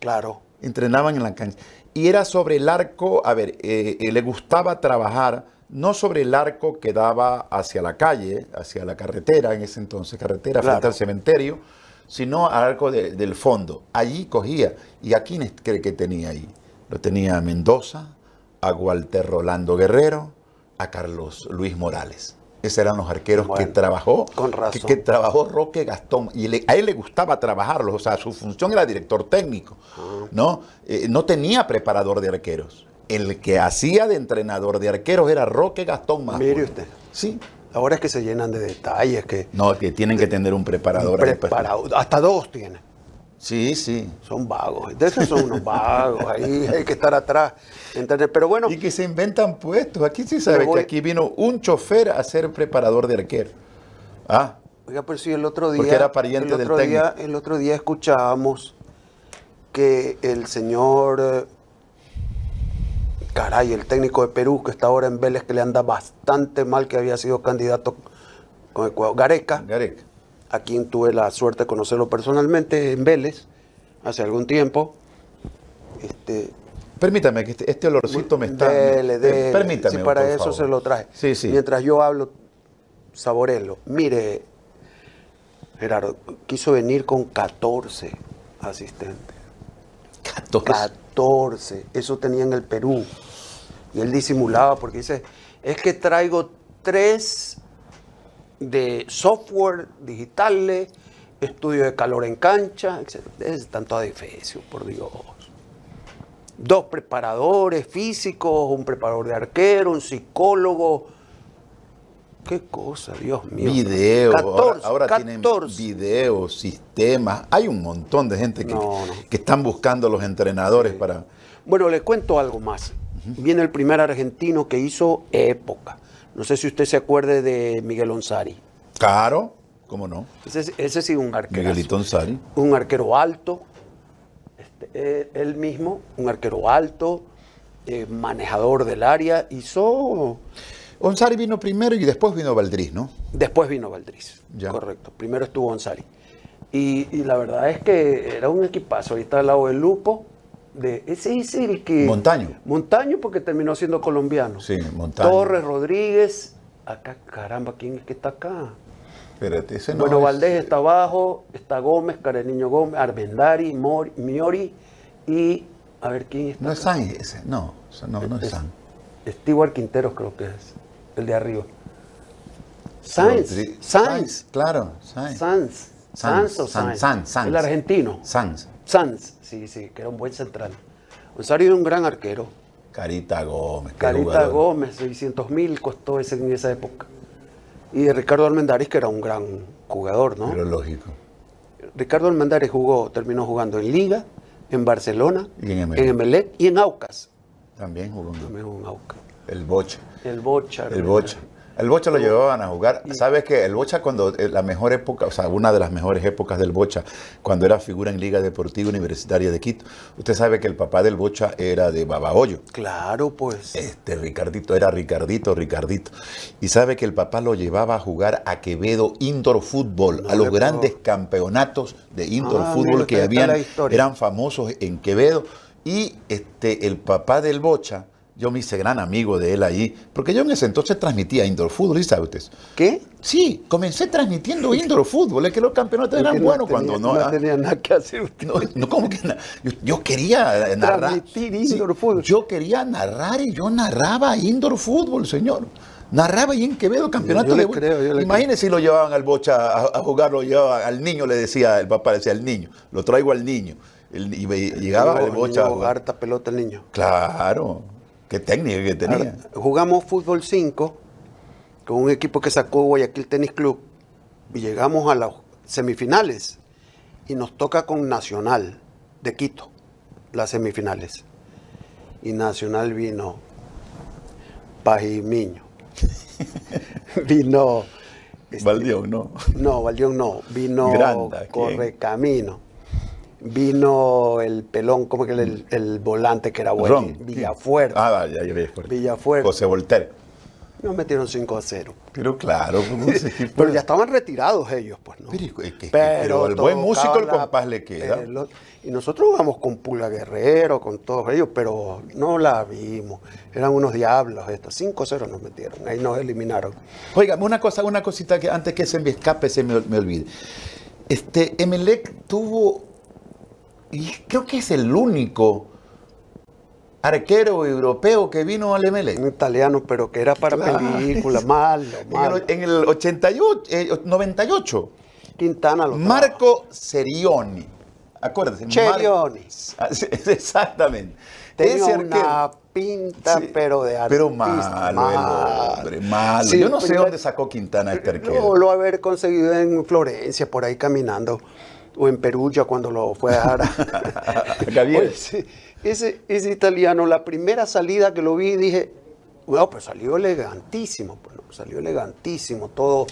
Speaker 1: Claro.
Speaker 2: entrenaban en la cancha. Y era sobre el arco, a ver, eh, eh, le gustaba trabajar, no sobre el arco que daba hacia la calle, hacia la carretera, en ese entonces carretera, frente
Speaker 1: Claro.
Speaker 2: al cementerio, sino al arco de- del fondo. Allí cogía. ¿Y a quién es- cree que tenía ahí? Lo tenía a Mendoza, a Walter Rolando Guerrero, a Carlos Luis Morales. Esos eran los arqueros que
Speaker 1: Bueno,
Speaker 2: trabajó.
Speaker 1: con
Speaker 2: que-
Speaker 1: razón.
Speaker 2: que trabajó Roque Gastón y le- a él le gustaba trabajarlos, o sea, su función era director técnico,
Speaker 1: Ah.
Speaker 2: ¿no? Eh, no tenía preparador de arqueros. El que hacía de entrenador de arqueros era Roque Gastón Más.
Speaker 1: Mire usted.
Speaker 2: Sí.
Speaker 1: Ahora es que se llenan de detalles, que
Speaker 2: No, que tienen que tener un preparador. ahí, pues.
Speaker 1: preparado. Hasta dos tienen.
Speaker 2: Sí, sí.
Speaker 1: Son vagos. De esos son unos vagos. Ahí hay que estar atrás. ¿entendés? Pero bueno,
Speaker 2: Y que se inventan puestos. Aquí sí sabe
Speaker 1: Me voy-
Speaker 2: que aquí vino un chofer a ser preparador de arquero. Ah,
Speaker 1: oiga, pero sí, el otro día.
Speaker 2: Porque era pariente
Speaker 1: el
Speaker 2: del
Speaker 1: otro día, El otro día escuchábamos que el señor. eh, Caray, el técnico de Perú, que está ahora en Vélez, que le anda bastante mal, que había sido candidato con Ecuador. Gareca.
Speaker 2: Gareca.
Speaker 1: a quien tuve la suerte de conocerlo personalmente en Vélez hace algún tiempo. Este,
Speaker 2: Permítame, que este, este olorcito me está.
Speaker 1: dele, dele.
Speaker 2: Permítame.
Speaker 1: Sí, para
Speaker 2: por
Speaker 1: eso
Speaker 2: favor.
Speaker 1: se lo traje.
Speaker 2: Sí, sí.
Speaker 1: Mientras yo hablo, saborelo. Mire, Gerardo, quiso venir con 14 asistentes.
Speaker 2: Gatos.
Speaker 1: 14. Eso tenía en el Perú. Y él disimulaba porque dice, es que traigo tres de software digitales, estudio de calor en cancha, etc. Es tanto edificio, por Dios. Dos preparadores físicos, un preparador de arquero, un psicólogo. Qué cosa, Dios mío.
Speaker 2: Video, ahora-
Speaker 1: 14,
Speaker 2: ahora,
Speaker 1: 14.
Speaker 2: tienen videos, sistemas, hay un montón de gente que,
Speaker 1: No, no.
Speaker 2: que están buscando a los entrenadores para...
Speaker 1: Bueno, le cuento algo más. Viene el primer argentino que hizo época. No sé si usted se acuerde de Miguel Onsari.
Speaker 2: Caro, ¿cómo no?
Speaker 1: Ese, ese sí un arquero.
Speaker 2: Miguelito Ansari.
Speaker 1: Un arquero alto. Este, eh, él mismo, un arquero alto. eh, manejador del área, hizo...
Speaker 2: Onsari vino primero y después vino Valdriz, ¿no?
Speaker 1: Después vino Valdriz,
Speaker 2: Ya.
Speaker 1: correcto. Primero estuvo Onsari. Y, y la verdad es que era un equipazo. Ahí está al lado del Lupo. De, ese es el que...
Speaker 2: Montaño.
Speaker 1: Montaño porque terminó siendo colombiano.
Speaker 2: Sí, Montaño.
Speaker 1: Torres, Rodríguez. Acá, caramba, ¿quién es que está acá?
Speaker 2: Espérate, ese Este no
Speaker 1: bueno,
Speaker 2: es-
Speaker 1: Valdés está abajo, está Gómez, Careniño Gómez, Armendari, Mor- Miori y a ver quién está.
Speaker 2: No es San, ese, no, o sea, no, no es San.
Speaker 1: Stewart Quinteros creo que es, el de arriba. Sainz,
Speaker 2: Rodri-
Speaker 1: Sainz,
Speaker 2: claro, Sainz.
Speaker 1: Sainz, Sainz o
Speaker 2: Sainz,
Speaker 1: Sainz,
Speaker 2: Sainz, Sainz.
Speaker 1: el argentino,
Speaker 2: Sanz.
Speaker 1: Sainz, sí, sí, que era un buen central. Osario era un gran arquero.
Speaker 2: Carita Gómez. qué
Speaker 1: Carita
Speaker 2: jugador.
Speaker 1: Gómez, 600 mil costó ese en esa época. Y Ricardo Armendariz, que era un gran jugador, ¿no?
Speaker 2: Pero lógico.
Speaker 1: Ricardo Almandares jugó, terminó jugando en Liga, en Barcelona,
Speaker 2: Y en
Speaker 1: en
Speaker 2: E. Emelec.
Speaker 1: Emelec, y en Aucas.
Speaker 2: También jugó un-
Speaker 1: También jugó en Aucas.
Speaker 2: el Bocha.
Speaker 1: El Bocha.
Speaker 2: El Bocha. El Bocha lo llevaban a jugar. ¿Sabes qué? El Bocha cuando eh, la mejor época, o sea, una de las mejores épocas del Bocha, cuando era figura en Liga Deportiva Universitaria de Quito. Usted sabe que el papá del Bocha era de Babahoyo.
Speaker 1: Claro, pues.
Speaker 2: Este Ricardito era Ricardito, Ricardito. Y sabe que el papá lo llevaba a jugar a Quevedo Indoor Fútbol,
Speaker 1: No
Speaker 2: a los
Speaker 1: le puedo-
Speaker 2: grandes campeonatos de Indoor
Speaker 1: Ah,
Speaker 2: Fútbol
Speaker 1: mira,
Speaker 2: que
Speaker 1: está- está
Speaker 2: habían,
Speaker 1: la historia.
Speaker 2: eran famosos en Quevedo. Y este, el papá del Bocha, yo me hice gran amigo de él ahí, porque yo en ese entonces transmitía Indoor Fútbol, ¿y sabe usted?
Speaker 1: ¿Qué?
Speaker 2: Sí, comencé transmitiendo Indoor Fútbol, es que los campeonatos eran
Speaker 1: Es que
Speaker 2: buenos
Speaker 1: tenía-
Speaker 2: cuando no... ah,
Speaker 1: tenía nada que hacer usted.
Speaker 2: no, (laughs) no, como que na- yo, yo quería eh, narrar.
Speaker 1: Transmitir indoor fútbol.
Speaker 2: Yo quería narrar y yo narraba indoor fútbol, señor. Narraba y en Quevedo campeonato
Speaker 1: Yo- yo
Speaker 2: de
Speaker 1: le creo, yo le
Speaker 2: Imagínese si lo llevaban al bocha a, a jugar, lo llevaban al niño, le decía, el papá le decía al niño, lo traigo al niño. El- y ve- llegaba al
Speaker 1: Jugó-
Speaker 2: bocha a
Speaker 1: jugó
Speaker 2: jugar.
Speaker 1: harta pelota el niño.
Speaker 2: Claro, qué técnica que tenía.
Speaker 1: Ahora, jugamos fútbol 5 con un equipo que sacó Guayaquil Tenis Club y llegamos a las semifinales y nos toca con Nacional de Quito las semifinales. Y Nacional vino
Speaker 2: (laughs)
Speaker 1: Pajimiño. vino este,
Speaker 2: Valdión, ¿no?
Speaker 1: no, Valdión no, vino
Speaker 2: Granda, ¿quién?
Speaker 1: Correcamino. Vino el pelón, como que era el, el volante que era bueno,
Speaker 2: Ron.
Speaker 1: Villafuerte.
Speaker 2: Ah, ya, ya, Villafuerte.
Speaker 1: Villafuerte.
Speaker 2: José Voltaire.
Speaker 1: Nos metieron 5 a 0.
Speaker 2: Pero claro,
Speaker 1: (laughs)
Speaker 2: pues, sí,
Speaker 1: Pero
Speaker 2: pues.
Speaker 1: ya estaban retirados ellos, pues, ¿no?
Speaker 2: Pero es que- es que- pero al
Speaker 1: tocaba
Speaker 2: buen músico el
Speaker 1: la-
Speaker 2: compás le queda.
Speaker 1: eh, lo- y nosotros jugamos con Pulga Guerrero, con todos ellos, pero no la vimos. Eran unos diablos estos. 5-0 nos metieron, ahí nos eliminaron.
Speaker 2: Oiga, una cosa, una cosita que antes que se me escape, se me, ol- me olvide. Este, Emelec tuvo, y creo que es el único arquero europeo que vino al
Speaker 1: Un
Speaker 2: Emelec.
Speaker 1: italiano, pero que era para
Speaker 2: Claro.
Speaker 1: película,
Speaker 2: (laughs)
Speaker 1: malo,
Speaker 2: En el,
Speaker 1: malo.
Speaker 2: o- en el 88, eh, 98,
Speaker 1: Quintana lo trajo.
Speaker 2: eh, Marco Serioni. Acuérdese.
Speaker 1: Serioni.
Speaker 2: (laughs) Mar- Así es, Exactamente.
Speaker 1: Tenía
Speaker 2: Ese
Speaker 1: una
Speaker 2: arquero-
Speaker 1: pinta,
Speaker 2: Sí,
Speaker 1: pero de artista.
Speaker 2: Pero malo, el hombre, malo.
Speaker 1: Sí,
Speaker 2: Yo no sé
Speaker 1: pero-
Speaker 2: dónde sacó Quintana este arquero.
Speaker 1: No, lo haber conseguido en Florencia, por ahí caminando, o en Perugia cuando lo fue a dejar.
Speaker 2: (laughs)
Speaker 1: a-
Speaker 2: Gabriel.
Speaker 1: Oye, sí, ese, ese italiano, la primera salida que lo vi, dije, wow, pues salió elegantísimo, pues, ¿no? salió elegantísimo, todo.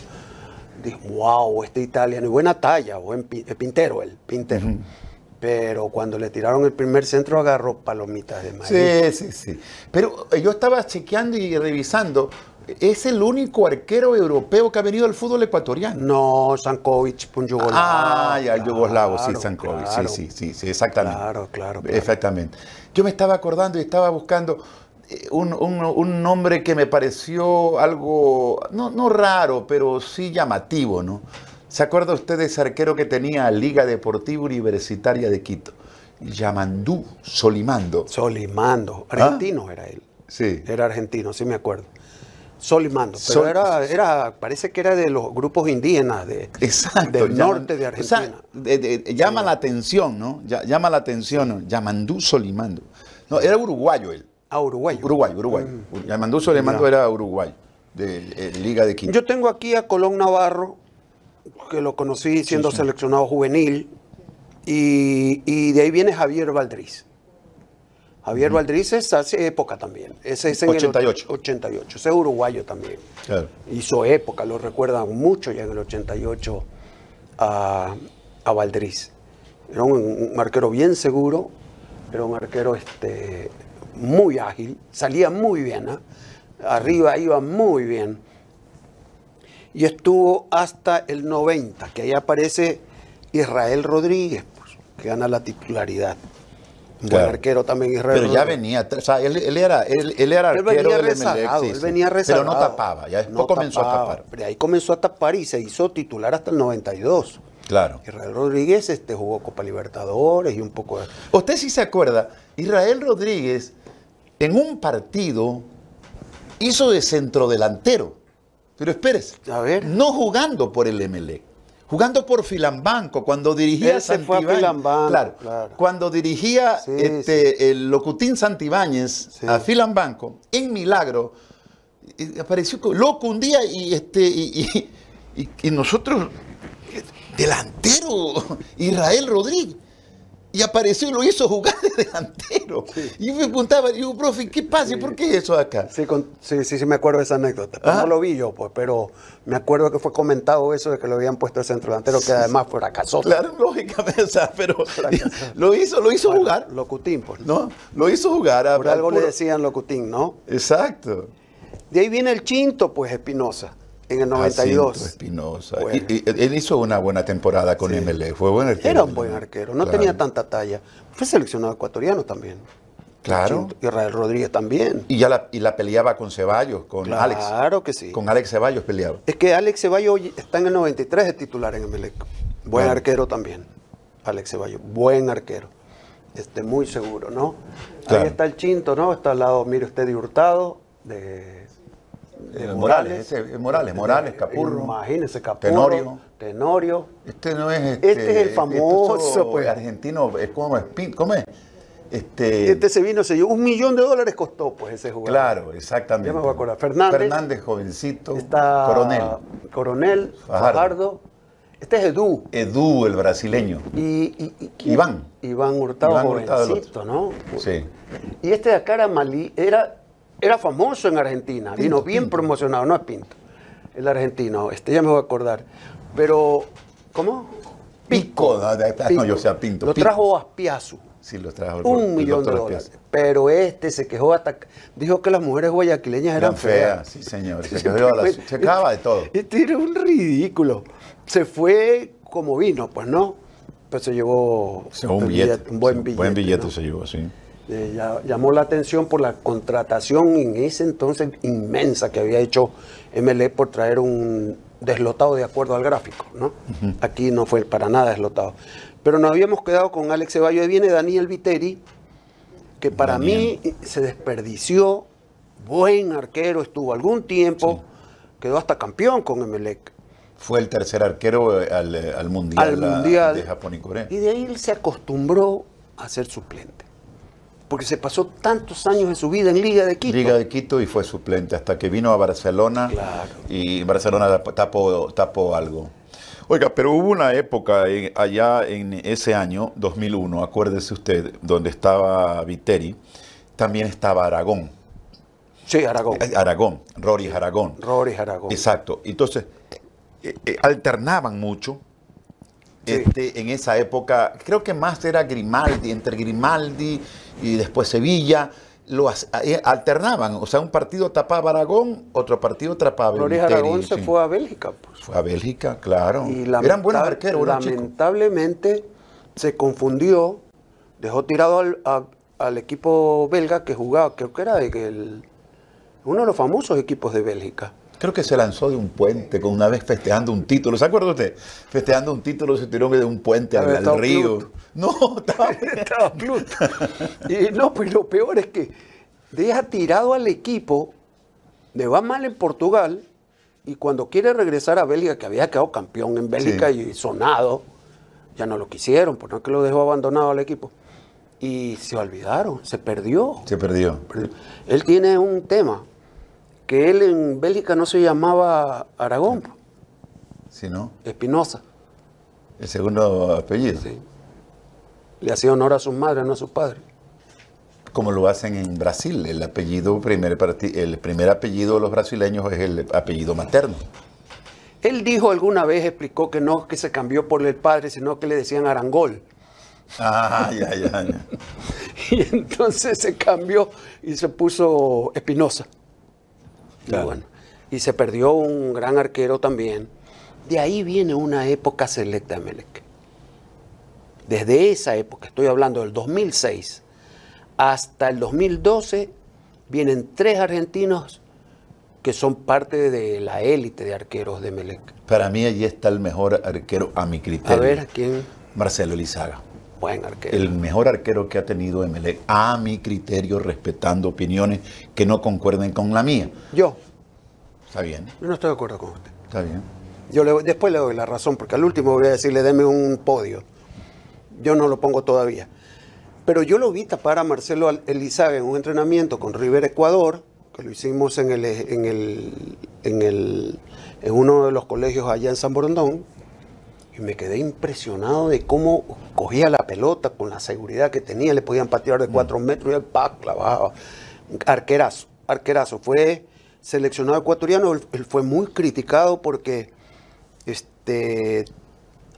Speaker 1: Dije, wow, este italiano, y buena talla, buen pi- eh, pintero, el pintero. Pero cuando le tiraron el primer centro, agarró palomitas de maíz.
Speaker 2: Sí, sí, sí. Pero eh, yo estaba chequeando y revisando. Es el único arquero europeo que ha venido al fútbol ecuatoriano.
Speaker 1: No, Sankovic, un yugoslavo.
Speaker 2: ah, ya, el yugoslavo, sí,
Speaker 1: claro,
Speaker 2: Sankovic.
Speaker 1: claro.
Speaker 2: sí, sí, sí, sí, exactamente.
Speaker 1: Claro, claro, claro.
Speaker 2: Exactamente. Yo me estaba acordando y estaba buscando eh, un, un- un nombre que me pareció algo, no, no raro, pero sí llamativo, ¿no? ¿Se acuerda usted de ese arquero que tenía Liga Deportiva Universitaria de Quito? Yamandú Solimando.
Speaker 1: Solimando,
Speaker 2: Ah.
Speaker 1: argentino era él.
Speaker 2: Sí.
Speaker 1: Era argentino, sí me acuerdo. Solimando, pero
Speaker 2: Sol-
Speaker 1: era, era, parece que era de los grupos indígenas de,
Speaker 2: Exacto.
Speaker 1: del
Speaker 2: llaman-
Speaker 1: norte de
Speaker 2: o
Speaker 1: Argentina.
Speaker 2: sea, de- de- llama la atención, ¿no? Ya- llama la atención, ¿no? Yamandú Solimando. No, era uruguayo él.
Speaker 1: a ah, uruguayo.
Speaker 2: Uruguayo, uruguayo. Yamandú Solimando
Speaker 1: Mm. Ya.
Speaker 2: era uruguayo, de, eh, Liga de Quito.
Speaker 1: Yo tengo aquí a Colón Navarro, que lo conocí siendo seleccionado juvenil, y, y de ahí viene Javier Valdriz. Javier Valdriz es hace época también. Ese es en el och-
Speaker 2: 88.
Speaker 1: 88. Ese es uruguayo también.
Speaker 2: Claro.
Speaker 1: hizo época, lo recuerdan mucho ya en el 88 a, a Valdriz. Era un, un arquero bien seguro, era un arquero este, muy ágil, salía muy bien, ¿ah? arriba iba muy bien. Y estuvo hasta el 90, que ahí aparece Israel Rodríguez, pues, que gana la titularidad. Buen
Speaker 2: Claro.
Speaker 1: arquero también Israel
Speaker 2: Pero ya
Speaker 1: Rodríguez.
Speaker 2: venía, o sea, él, él era, él, él era
Speaker 1: Él
Speaker 2: arquero
Speaker 1: venía
Speaker 2: del Emelec,
Speaker 1: rezagado,
Speaker 2: sí,
Speaker 1: él
Speaker 2: sí.
Speaker 1: venía
Speaker 2: Pero
Speaker 1: rezagado.
Speaker 2: no tapaba, ya después
Speaker 1: No
Speaker 2: comenzó
Speaker 1: tapaba,
Speaker 2: a tapar.
Speaker 1: pero ahí comenzó a tapar y se hizo titular hasta el 92.
Speaker 2: Claro.
Speaker 1: Israel Rodríguez este, jugó Copa Libertadores y un poco de...
Speaker 2: Usted sí se acuerda, Israel Rodríguez en un partido hizo de centrodelantero. Pero espérese,
Speaker 1: A ver.
Speaker 2: no jugando por el MLE, jugando por Filambanco, cuando dirigía
Speaker 1: Él se fue a
Speaker 2: Santibáñez.
Speaker 1: Filambanco,
Speaker 2: claro,
Speaker 1: claro.
Speaker 2: Cuando dirigía
Speaker 1: Sí,
Speaker 2: este, el Locutín Santibáñez
Speaker 1: Sí.
Speaker 2: a Filambanco, en Milagro, y apareció co- loco un día y, este, y, y- y- y nosotros, delantero, (laughs) Israel Rodríguez. Y apareció y lo hizo jugar de delantero. Y me preguntaba, digo, profe, ¿qué pasa? ¿Y por qué eso acá?
Speaker 1: Sí, con- sí, sí, sí, me acuerdo de esa anécdota. Pero
Speaker 2: Ah.
Speaker 1: No lo vi yo, pues, pero me acuerdo que fue comentado eso de que lo habían puesto el centro delantero, que además fracasó.
Speaker 2: Claro, (laughs) lógicamente, o sea, pero lo hizo, lo hizo jugar,
Speaker 1: Locutín, pues.
Speaker 2: ¿no? Lo hizo jugar. a-
Speaker 1: Por
Speaker 2: al
Speaker 1: algo le
Speaker 2: puro-
Speaker 1: decían Locutín, ¿no?
Speaker 2: Exacto.
Speaker 1: De ahí viene el Chinto, pues, Espinosa, en el 92.
Speaker 2: Jacinto Ah, pues, Espinosa.
Speaker 1: Bueno.
Speaker 2: Y- y- él hizo una buena temporada con
Speaker 1: Sí.
Speaker 2: MLE. Fue buen arquero. E.
Speaker 1: Era un buen arquero, no
Speaker 2: Claro.
Speaker 1: tenía tanta talla. Fue seleccionado ecuatoriano también.
Speaker 2: Claro.
Speaker 1: Chinto. Israel Rodríguez también.
Speaker 2: Y ya la, y la peleaba con Ceballos, con Alex.
Speaker 1: Claro que sí.
Speaker 2: Con Alex Ceballos peleaba.
Speaker 1: Es que Alex Ceballos hoy está en el 93 de titular en Emelec. Buen
Speaker 2: Claro.
Speaker 1: arquero también. Alex Ceballos, buen arquero. Este, muy seguro, ¿no?
Speaker 2: Claro.
Speaker 1: Ahí está el Chinto, ¿no? Está al lado, mire usted, de Hurtado, de, de
Speaker 2: Eh, Morales, este, eh, Morales,
Speaker 1: De-
Speaker 2: Morales, Capurro.
Speaker 1: Imagínese, Capurro.
Speaker 2: Tenorio.
Speaker 1: Tenorio.
Speaker 2: Este no es.
Speaker 1: Este es el famoso,
Speaker 2: estos
Speaker 1: pues.
Speaker 2: Argentino, es como Spin. ¿Cómo es? Este.
Speaker 1: Este se vino, se llevó un millón de dólares costó, pues, ese jugador.
Speaker 2: Claro, exactamente.
Speaker 1: Ya me voy a acordar. Fernández.
Speaker 2: Fernández, jovencito.
Speaker 1: Está
Speaker 2: Coronel.
Speaker 1: Coronel,
Speaker 2: Fajardo.
Speaker 1: Fajardo. Este es Edu.
Speaker 2: Edu, el brasileño.
Speaker 1: Y, y- y- y-
Speaker 2: Iván.
Speaker 1: Iván Hurtado,
Speaker 2: Iván Hurtado, el
Speaker 1: jovencito, ¿no?
Speaker 2: Sí.
Speaker 1: Y este de acá era malí, era, era famoso en Argentina, vino
Speaker 2: Pinto,
Speaker 1: bien
Speaker 2: Pinto.
Speaker 1: promocionado, no es Pinto, el argentino, este ya me voy a acordar. Pero, ¿cómo?
Speaker 2: Pico. No, de- ah, no, yo sea Pinto.
Speaker 1: Lo
Speaker 2: Pico.
Speaker 1: trajo Aspiazu,
Speaker 2: Sí, lo trajo. el-
Speaker 1: un
Speaker 2: el
Speaker 1: millón de
Speaker 2: doctor
Speaker 1: dólares.
Speaker 2: Espias.
Speaker 1: Pero este se quejó hasta, dijo que las mujeres guayaquileñas eran,
Speaker 2: Eran feas,
Speaker 1: (laughs)
Speaker 2: sí, señor. Se quejaba de la- se quejaba de todo.
Speaker 1: Este era un ridículo. Se fue como vino, pues, ¿no? Pues se llevó
Speaker 2: Se llevó un billete.
Speaker 1: un buen
Speaker 2: sí,
Speaker 1: billete.
Speaker 2: Buen billete
Speaker 1: ¿no?
Speaker 2: se llevó, sí.
Speaker 1: Eh, ya- llamó la atención por la contratación en ese entonces inmensa que había hecho MLE por traer un deslotado de acuerdo al gráfico, ¿no? Aquí no fue para nada deslotado. Pero nos habíamos quedado con Alex Ceballos. Ahí viene Daniel Viteri, que para
Speaker 2: Daniel.
Speaker 1: mí eh, se desperdició. Buen arquero, estuvo algún tiempo, quedó hasta campeón con E. Emelec.
Speaker 2: Fue el tercer arquero eh, al, eh, al mundial,
Speaker 1: Al
Speaker 2: a-
Speaker 1: Mundial.
Speaker 2: de Japón y Corea.
Speaker 1: Y de ahí él se acostumbró a ser suplente. Porque se pasó tantos años de su vida en Liga de Quito.
Speaker 2: Liga de Quito y fue suplente hasta que vino a Barcelona
Speaker 1: Claro.
Speaker 2: y Barcelona tapó, tapó algo. Oiga, pero hubo una época en- allá en ese año, 2001, acuérdese usted, donde estaba Viteri, también estaba Aragón,
Speaker 1: Sí, Aragón.
Speaker 2: eh, Aragón, Rory Aragón.
Speaker 1: Rory Aragón.
Speaker 2: Exacto. Entonces, eh, eh, alternaban mucho.
Speaker 1: Sí.
Speaker 2: Este, en esa época, creo que más era Grimaldi, entre Grimaldi y después Sevilla, lo as- eh, alternaban, o sea, un partido tapaba Aragón, otro partido tapaba
Speaker 1: Rory
Speaker 2: Viteri,
Speaker 1: Aragón se
Speaker 2: sí.
Speaker 1: fue a Bélgica. Pues.
Speaker 2: Fue a Bélgica, claro.
Speaker 1: Y
Speaker 2: Eran buenos
Speaker 1: lamenta-
Speaker 2: arqueros, eran chicos.
Speaker 1: Lamentablemente se confundió, dejó tirado al, a- al equipo belga que jugaba, creo que era de que el- uno de los famosos equipos de Bélgica.
Speaker 2: Creo que se lanzó de un puente, con una vez festejando un título. ¿Se acuerda usted? Festejando un título se tiró de un puente
Speaker 1: Había
Speaker 2: al, al
Speaker 1: estado
Speaker 2: río.
Speaker 1: Pluto.
Speaker 2: No, estaba- (laughs)
Speaker 1: Estaba Pluto. Y no, pero lo peor es que deja tirado al equipo, le va mal en Portugal, y cuando quiere regresar a Bélgica, que había quedado campeón en Bélgica
Speaker 2: Sí.
Speaker 1: y sonado, ya no lo quisieron, por no es que lo dejó abandonado al equipo. Y se olvidaron, se perdió.
Speaker 2: se perdió.
Speaker 1: perdió. Él tiene un tema, que él en Bélgica no se llamaba Aragón,
Speaker 2: Si no,
Speaker 1: Espinosa.
Speaker 2: el segundo apellido.
Speaker 1: sí. Le hacía honor a sus madres, no a sus padres.
Speaker 2: Como lo hacen en Brasil, el apellido primer parti- el primer apellido de los brasileños es el apellido materno.
Speaker 1: Él dijo alguna vez, explicó que no que se cambió por el padre, sino que le decían Arangol. (laughs)
Speaker 2: Ah, ya, ya, ya.
Speaker 1: Y entonces se cambió y se puso Espinosa. Y
Speaker 2: Claro.
Speaker 1: bueno, y se perdió un gran arquero también. De ahí viene una época selecta de Melec. Desde esa época, estoy hablando del 2006 hasta el 2012, vienen tres argentinos que son parte de la élite de arqueros de Melec.
Speaker 2: Para mí allí está el mejor arquero a mi
Speaker 1: A
Speaker 2: criterio.
Speaker 1: ver, ¿quién?
Speaker 2: Marcelo Lizaga.
Speaker 1: Buen arquero.
Speaker 2: El mejor arquero que ha tenido Emelec, a mi criterio, respetando opiniones que no concuerden con la mía.
Speaker 1: Yo,
Speaker 2: Está bien,
Speaker 1: yo no estoy de acuerdo con usted.
Speaker 2: está bien.
Speaker 1: Yo le- después le doy la razón, porque al último voy a decirle, deme un podio. Yo no lo pongo todavía. Pero yo lo vi tapar a Marcelo Al- Elizaga en un entrenamiento con River Ecuador, que lo hicimos en, el, en, el, en, el, en uno de los colegios allá en San Borondón, y me quedé impresionado de cómo cogía la pelota con la seguridad que tenía, le podían patear
Speaker 2: Mm.
Speaker 1: de cuatro metros y el pack la bajaba. Arquerazo, arquerazo. Fue seleccionado ecuatoriano, él- él fue muy criticado porque este,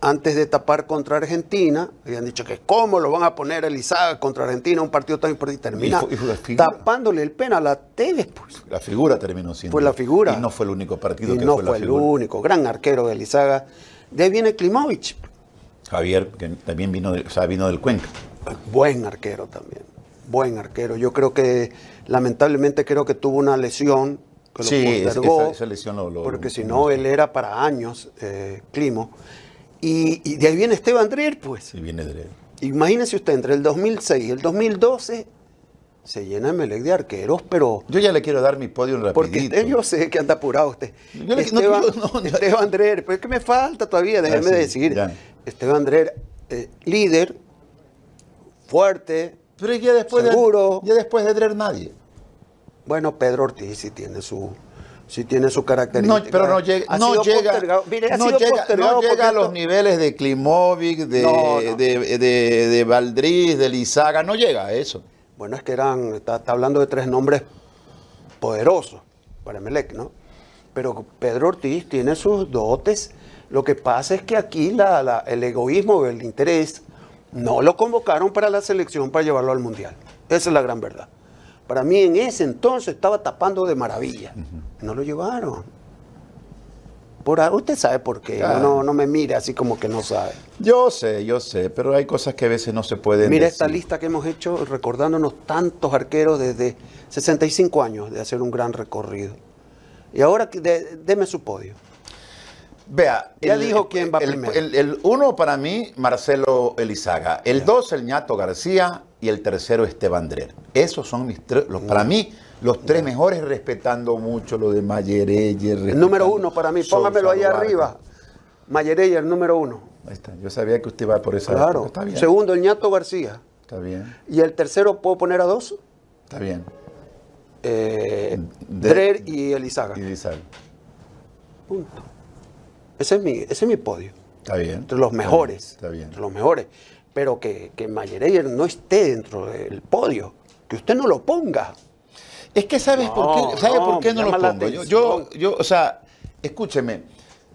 Speaker 1: antes de tapar contra Argentina, habían dicho que cómo lo van a poner a Elizaga contra Argentina, un partido tan importante. Y termina
Speaker 2: Y fue- y fue la figura.
Speaker 1: tapándole el penal a Tevez, pues.
Speaker 2: La figura terminó siendo.
Speaker 1: Fue la figura.
Speaker 2: Y no fue el único partido
Speaker 1: Y
Speaker 2: que
Speaker 1: no
Speaker 2: fue
Speaker 1: fue,
Speaker 2: la
Speaker 1: el
Speaker 2: figura.
Speaker 1: único, gran arquero de Elizaga. De ahí viene Klimovich,
Speaker 2: Javier, que también vino, de- o sea, vino del Cuenca.
Speaker 1: buen arquero también, buen arquero. Yo creo que, lamentablemente, creo que tuvo una lesión que lo
Speaker 2: Sí, es-
Speaker 1: postergó,
Speaker 2: esa- esa lesión lo- lo-
Speaker 1: porque si
Speaker 2: lo-
Speaker 1: no, él era para años, eh, Climo. Y, y de ahí viene Esteban Dreer, pues.
Speaker 2: Sí, viene de.
Speaker 1: Imagínese usted, entre el 2006 y el 2012 se llena Melec de arqueros, pero...
Speaker 2: Yo ya le quiero dar mi podio rapidito.
Speaker 1: Porque usted- yo sé que anda apurado usted.
Speaker 2: Yo le- no,
Speaker 1: Esteban,
Speaker 2: no, no, no.
Speaker 1: Esteban Dreher, pero es que me falta todavía, déjeme
Speaker 2: sí,
Speaker 1: decir.
Speaker 2: ya.
Speaker 1: Esteban Dreher, eh, líder, fuerte,
Speaker 2: Pero ya después
Speaker 1: Seguro.
Speaker 2: de. Ya después de Drer nadie.
Speaker 1: Bueno, Pedro Ortiz sí tiene su, sí tiene su característica.
Speaker 2: No, pero no llega,
Speaker 1: Ha
Speaker 2: no
Speaker 1: sido
Speaker 2: llega,
Speaker 1: postergado. Mire, ha
Speaker 2: no
Speaker 1: sido
Speaker 2: llega,
Speaker 1: postergado
Speaker 2: no llega
Speaker 1: porque
Speaker 2: a los
Speaker 1: esto-
Speaker 2: niveles de Klimovic, de,
Speaker 1: No, no.
Speaker 2: de, de- de Valdriz, de Lizaga, no llega a eso.
Speaker 1: Bueno, es que eran, está, está hablando de tres nombres poderosos para Melec, ¿no? Pero Pedro Ortiz tiene sus dotes. Lo que pasa es que aquí la- la- el egoísmo, el interés, no lo convocaron para la selección para llevarlo al Mundial. Esa es la gran verdad. Para mí en ese entonces estaba tapando de maravilla. No lo llevaron. Por, a- usted sabe por qué.
Speaker 2: Claro.
Speaker 1: No, no me mira así como que no sabe.
Speaker 2: Yo sé, yo sé, pero hay cosas que a veces no se pueden
Speaker 1: Mira
Speaker 2: decir.
Speaker 1: esta lista que hemos hecho recordándonos tantos arqueros desde 65 años de hacer un gran recorrido. Y ahora que de- deme su podio.
Speaker 2: Vea,
Speaker 1: Ya dijo quién va
Speaker 2: el-
Speaker 1: primero.
Speaker 2: El, el uno para mí, Marcelo Elizaga. El dos, el ñato García. Y el tercero, Esteban Drer. Esos son mis tres, los,
Speaker 1: Mm.
Speaker 2: para mí, los tres mejores, respetando mucho lo de Mayerelle.
Speaker 1: El número uno para mí, póngamelo ahí arriba. Mayerella, el número uno.
Speaker 2: Ahí está. Yo sabía que usted iba por esa
Speaker 1: Claro.
Speaker 2: Está bien.
Speaker 1: Segundo, el ñato García.
Speaker 2: Está bien.
Speaker 1: Y el tercero, ¿puedo poner a dos?
Speaker 2: Está bien.
Speaker 1: Eh,
Speaker 2: De-
Speaker 1: Dreher y Elizaga.
Speaker 2: Y Lizal.
Speaker 1: Punto. Ese es mi, ese es mi podio.
Speaker 2: Está bien.
Speaker 1: entre los
Speaker 2: Está
Speaker 1: mejores,
Speaker 2: bien, Está bien.
Speaker 1: entre los mejores, pero que, que Mayereyer no esté dentro del podio, que usted no lo ponga.
Speaker 2: Es que sabes por
Speaker 1: No,
Speaker 2: qué, ¿sabe
Speaker 1: no,
Speaker 2: por qué no
Speaker 1: me
Speaker 2: lo
Speaker 1: llama la
Speaker 2: pongo. Yo, yo,
Speaker 1: atención.
Speaker 2: yo, o sea, escúcheme,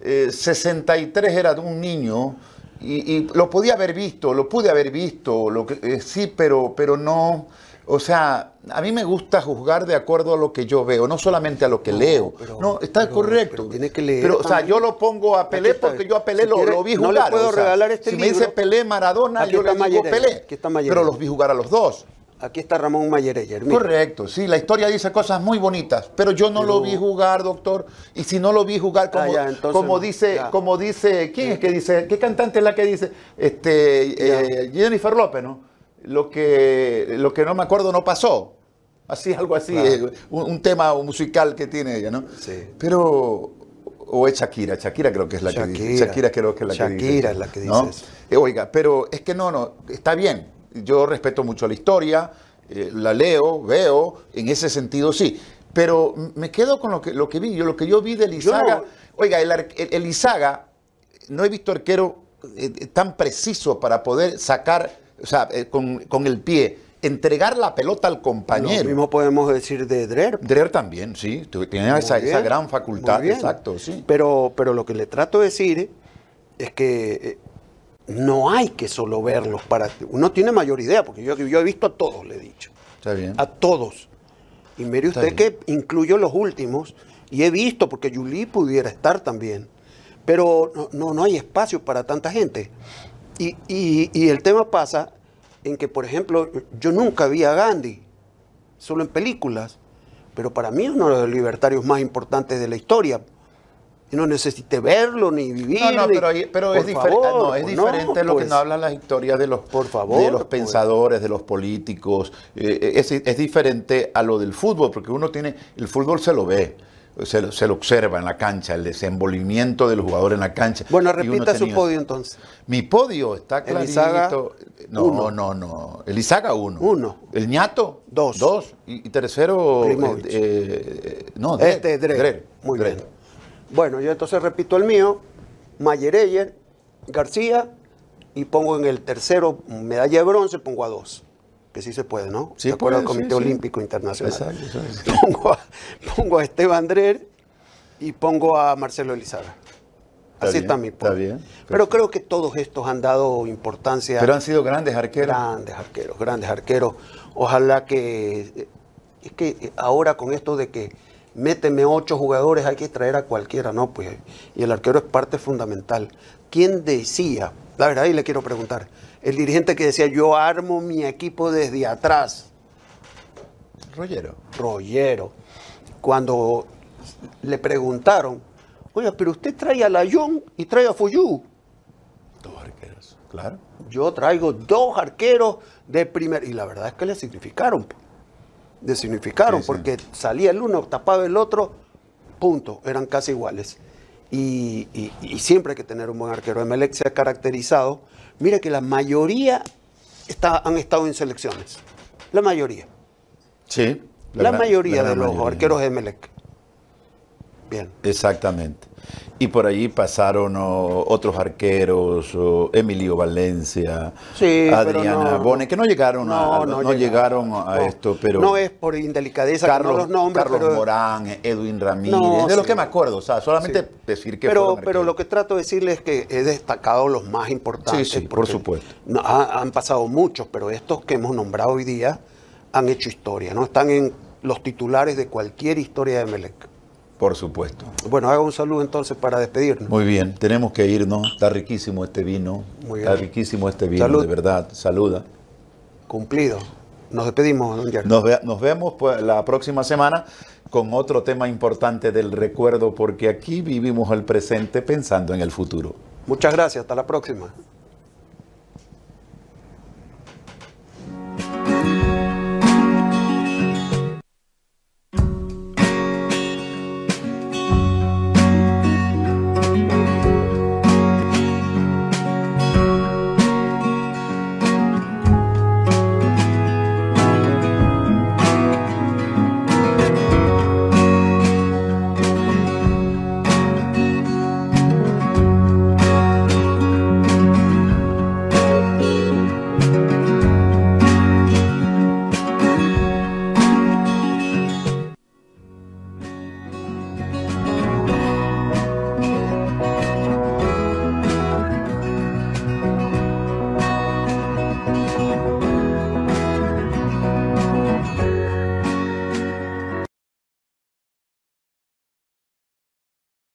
Speaker 2: eh, 63 era de un niño y, y lo podía haber visto, lo pude haber visto, lo que, eh, sí, pero, pero no. O sea, a mí me gusta juzgar de acuerdo a lo que yo veo, no solamente a lo que
Speaker 1: No,
Speaker 2: leo.
Speaker 1: pero-
Speaker 2: no, está
Speaker 1: pero-
Speaker 2: correcto.
Speaker 1: pero tiene que leer
Speaker 2: Pero, o sea,
Speaker 1: también.
Speaker 2: yo lo pongo a Pelé
Speaker 1: Aquí está.
Speaker 2: porque yo a Pelé
Speaker 1: Si
Speaker 2: lo,
Speaker 1: quiere,
Speaker 2: lo vi
Speaker 1: no le
Speaker 2: jugar. o
Speaker 1: puedo
Speaker 2: sea,
Speaker 1: regalar este
Speaker 2: Si me
Speaker 1: libro.
Speaker 2: dice Pelé Maradona,
Speaker 1: Aquí
Speaker 2: yo le
Speaker 1: está
Speaker 2: digo
Speaker 1: Mayerelle,
Speaker 2: Pelé.
Speaker 1: aquí está Mayerelle.
Speaker 2: pero los vi jugar a los dos.
Speaker 1: Aquí está Ramón Mayereyer.
Speaker 2: Correcto, sí, la historia dice cosas muy bonitas, pero yo no lo
Speaker 1: Pero-
Speaker 2: vi jugar, doctor, y si no lo vi jugar como,
Speaker 1: Ah, ya, entonces
Speaker 2: como
Speaker 1: no,
Speaker 2: dice,
Speaker 1: ya.
Speaker 2: como dice, ¿quién es que dice? ¿Qué cantante es la que dice? Este eh, Jennifer López, ¿no? Lo que lo que no me acuerdo no pasó. Así algo así,
Speaker 1: Claro.
Speaker 2: eh, un, un tema musical que tiene ella, ¿no?
Speaker 1: Sí.
Speaker 2: Pero o es Shakira, Shakira creo que es la que dice.
Speaker 1: Shakira.
Speaker 2: Shakira creo que es la que dice.
Speaker 1: Shakira es la que dice
Speaker 2: ¿no?
Speaker 1: eso.
Speaker 2: Eh, Oiga, pero es que no, no, está bien. Yo respeto mucho la historia, eh, la leo, veo, en ese sentido sí. Pero m- me quedo con lo que, lo que vi, yo lo que yo vi de Lizaga.
Speaker 1: no-
Speaker 2: Oiga, el, ar- el- el Lizaga, no he visto arquero eh, eh, tan preciso para poder sacar, o sea, eh, con, con el pie, entregar la pelota al
Speaker 1: Lo
Speaker 2: compañero.
Speaker 1: mismo podemos decir de Dreher.
Speaker 2: Dreher también, sí, tu- tenía
Speaker 1: Muy
Speaker 2: Ah, esa, esa
Speaker 1: bien,
Speaker 2: gran facultad,
Speaker 1: muy bien.
Speaker 2: exacto, sí.
Speaker 1: Pero, pero lo que le trato de decir es que eh, no hay que solo verlos para... Uno tiene mayor idea, porque yo, yo he visto a todos, le he dicho.
Speaker 2: Está bien.
Speaker 1: A todos. Y mire
Speaker 2: Está
Speaker 1: usted
Speaker 2: bien.
Speaker 1: que incluyo los últimos, y he visto, porque Yuli pudiera estar también, pero no, no, no hay espacio para tanta gente. Y, y- y el tema pasa en que, por ejemplo, yo nunca vi a Gandhi, solo en películas, pero para mí es uno de los libertarios más importantes de la historia. Y no necesité verlo ni vivir.
Speaker 2: No, no,
Speaker 1: ni-
Speaker 2: pero, ahí- pero es,
Speaker 1: Por
Speaker 2: diferente
Speaker 1: favor,
Speaker 2: no, es
Speaker 1: pues,
Speaker 2: diferente lo que
Speaker 1: pues.
Speaker 2: nos hablan las historias de los,
Speaker 1: Por favor,
Speaker 2: de los
Speaker 1: pues.
Speaker 2: pensadores, de los políticos. Eh, es, es diferente a lo del fútbol, porque uno tiene, el fútbol se lo ve. Se lo, se lo observa en la cancha, el desenvolvimiento del jugador en la cancha.
Speaker 1: Bueno,
Speaker 2: Y uno
Speaker 1: repita su
Speaker 2: tenía-
Speaker 1: podio entonces.
Speaker 2: Mi podio está clarito.
Speaker 1: Elizaga,
Speaker 2: no,
Speaker 1: uno.
Speaker 2: no, no. Elizaga, uno.
Speaker 1: Uno.
Speaker 2: El ñato,
Speaker 1: Dos.
Speaker 2: Dos. Y, y tercero,
Speaker 1: Klimovic.
Speaker 2: eh, eh, no, Dredd,
Speaker 1: Este, Dre.
Speaker 2: Dredd,
Speaker 1: Muy
Speaker 2: Dredd.
Speaker 1: bien. Bueno, yo entonces repito el mío, Mayereyer, García, y pongo en el tercero medalla de bronce, pongo a dos. Que sí se puede, ¿no?
Speaker 2: Sí,
Speaker 1: de acuerdo al
Speaker 2: puede, sí,
Speaker 1: Comité
Speaker 2: sí.
Speaker 1: Olímpico Internacional.
Speaker 2: Exacto, exacto.
Speaker 1: (laughs) Pongo a, pongo a Esteban Drer y pongo a Marcelo Elizaga.
Speaker 2: Está
Speaker 1: Así
Speaker 2: bien,
Speaker 1: está mi
Speaker 2: está
Speaker 1: podio.
Speaker 2: bien,
Speaker 1: Pero
Speaker 2: perfecto.
Speaker 1: creo que todos estos han dado importancia
Speaker 2: Pero han sido grandes arqueros.
Speaker 1: Grandes arqueros, grandes arqueros. Ojalá que. Es que ahora con esto de que méteme ocho jugadores, hay que traer a cualquiera, ¿no? Pues, y el arquero es parte fundamental. ¿Quién decía? La verdad, y le quiero preguntar. El dirigente que decía, yo armo mi equipo desde atrás,
Speaker 2: Rollero.
Speaker 1: Rollero. Cuando le preguntaron, oiga, pero usted trae a Layón y trae a Fuyú.
Speaker 2: Dos arqueros. Claro.
Speaker 1: Yo traigo dos arqueros de primer. Y la verdad es que le significaron. po. Le significaron,
Speaker 2: Sí, sí.
Speaker 1: porque salía el uno, tapaba el otro, punto. Eran casi iguales. Y, y- y siempre hay que tener un buen arquero. Emelec se ha caracterizado. Mira que la mayoría está- han estado en selecciones. La mayoría.
Speaker 2: Sí.
Speaker 1: La,
Speaker 2: gran-
Speaker 1: mayoría
Speaker 2: la
Speaker 1: de
Speaker 2: gran
Speaker 1: los
Speaker 2: mayoría.
Speaker 1: arqueros de Emelec. Bien.
Speaker 2: Exactamente. Y por allí pasaron oh, otros arqueros, oh, Emilio Valencia,
Speaker 1: Sí, pero
Speaker 2: Adriana
Speaker 1: no.
Speaker 2: Bone, que no llegaron a, a- no llegaron a
Speaker 1: No.
Speaker 2: esto, pero
Speaker 1: No es por indelicadeza que
Speaker 2: Carlos,
Speaker 1: no los nombres,
Speaker 2: Carlos
Speaker 1: pero-
Speaker 2: Morán, Edwin Ramírez,
Speaker 1: No,
Speaker 2: de los
Speaker 1: sí.
Speaker 2: que me acuerdo, o sea, solamente
Speaker 1: Sí.
Speaker 2: decir que
Speaker 1: pero,
Speaker 2: fueron
Speaker 1: pero
Speaker 2: arqueros.
Speaker 1: lo que trato de decirles es que he destacado los más importantes.
Speaker 2: Sí, sí, por
Speaker 1: porque
Speaker 2: supuesto.
Speaker 1: no- ha- han pasado muchos, pero estos que hemos nombrado hoy día han hecho historia, ¿no? Están en los titulares de cualquier historia de Melec.
Speaker 2: Por supuesto.
Speaker 1: Bueno, haga un saludo entonces para despedirnos.
Speaker 2: Muy bien, tenemos que irnos. Está riquísimo este vino.
Speaker 1: Muy
Speaker 2: Está
Speaker 1: bien.
Speaker 2: riquísimo este vino,
Speaker 1: Salud.
Speaker 2: de verdad. Saluda.
Speaker 1: Cumplido. Nos despedimos, don Jerry.
Speaker 2: Nos, ve- nos vemos pues, la próxima semana con otro tema importante del recuerdo, porque aquí vivimos el presente pensando en el futuro.
Speaker 1: Muchas gracias. Hasta la próxima.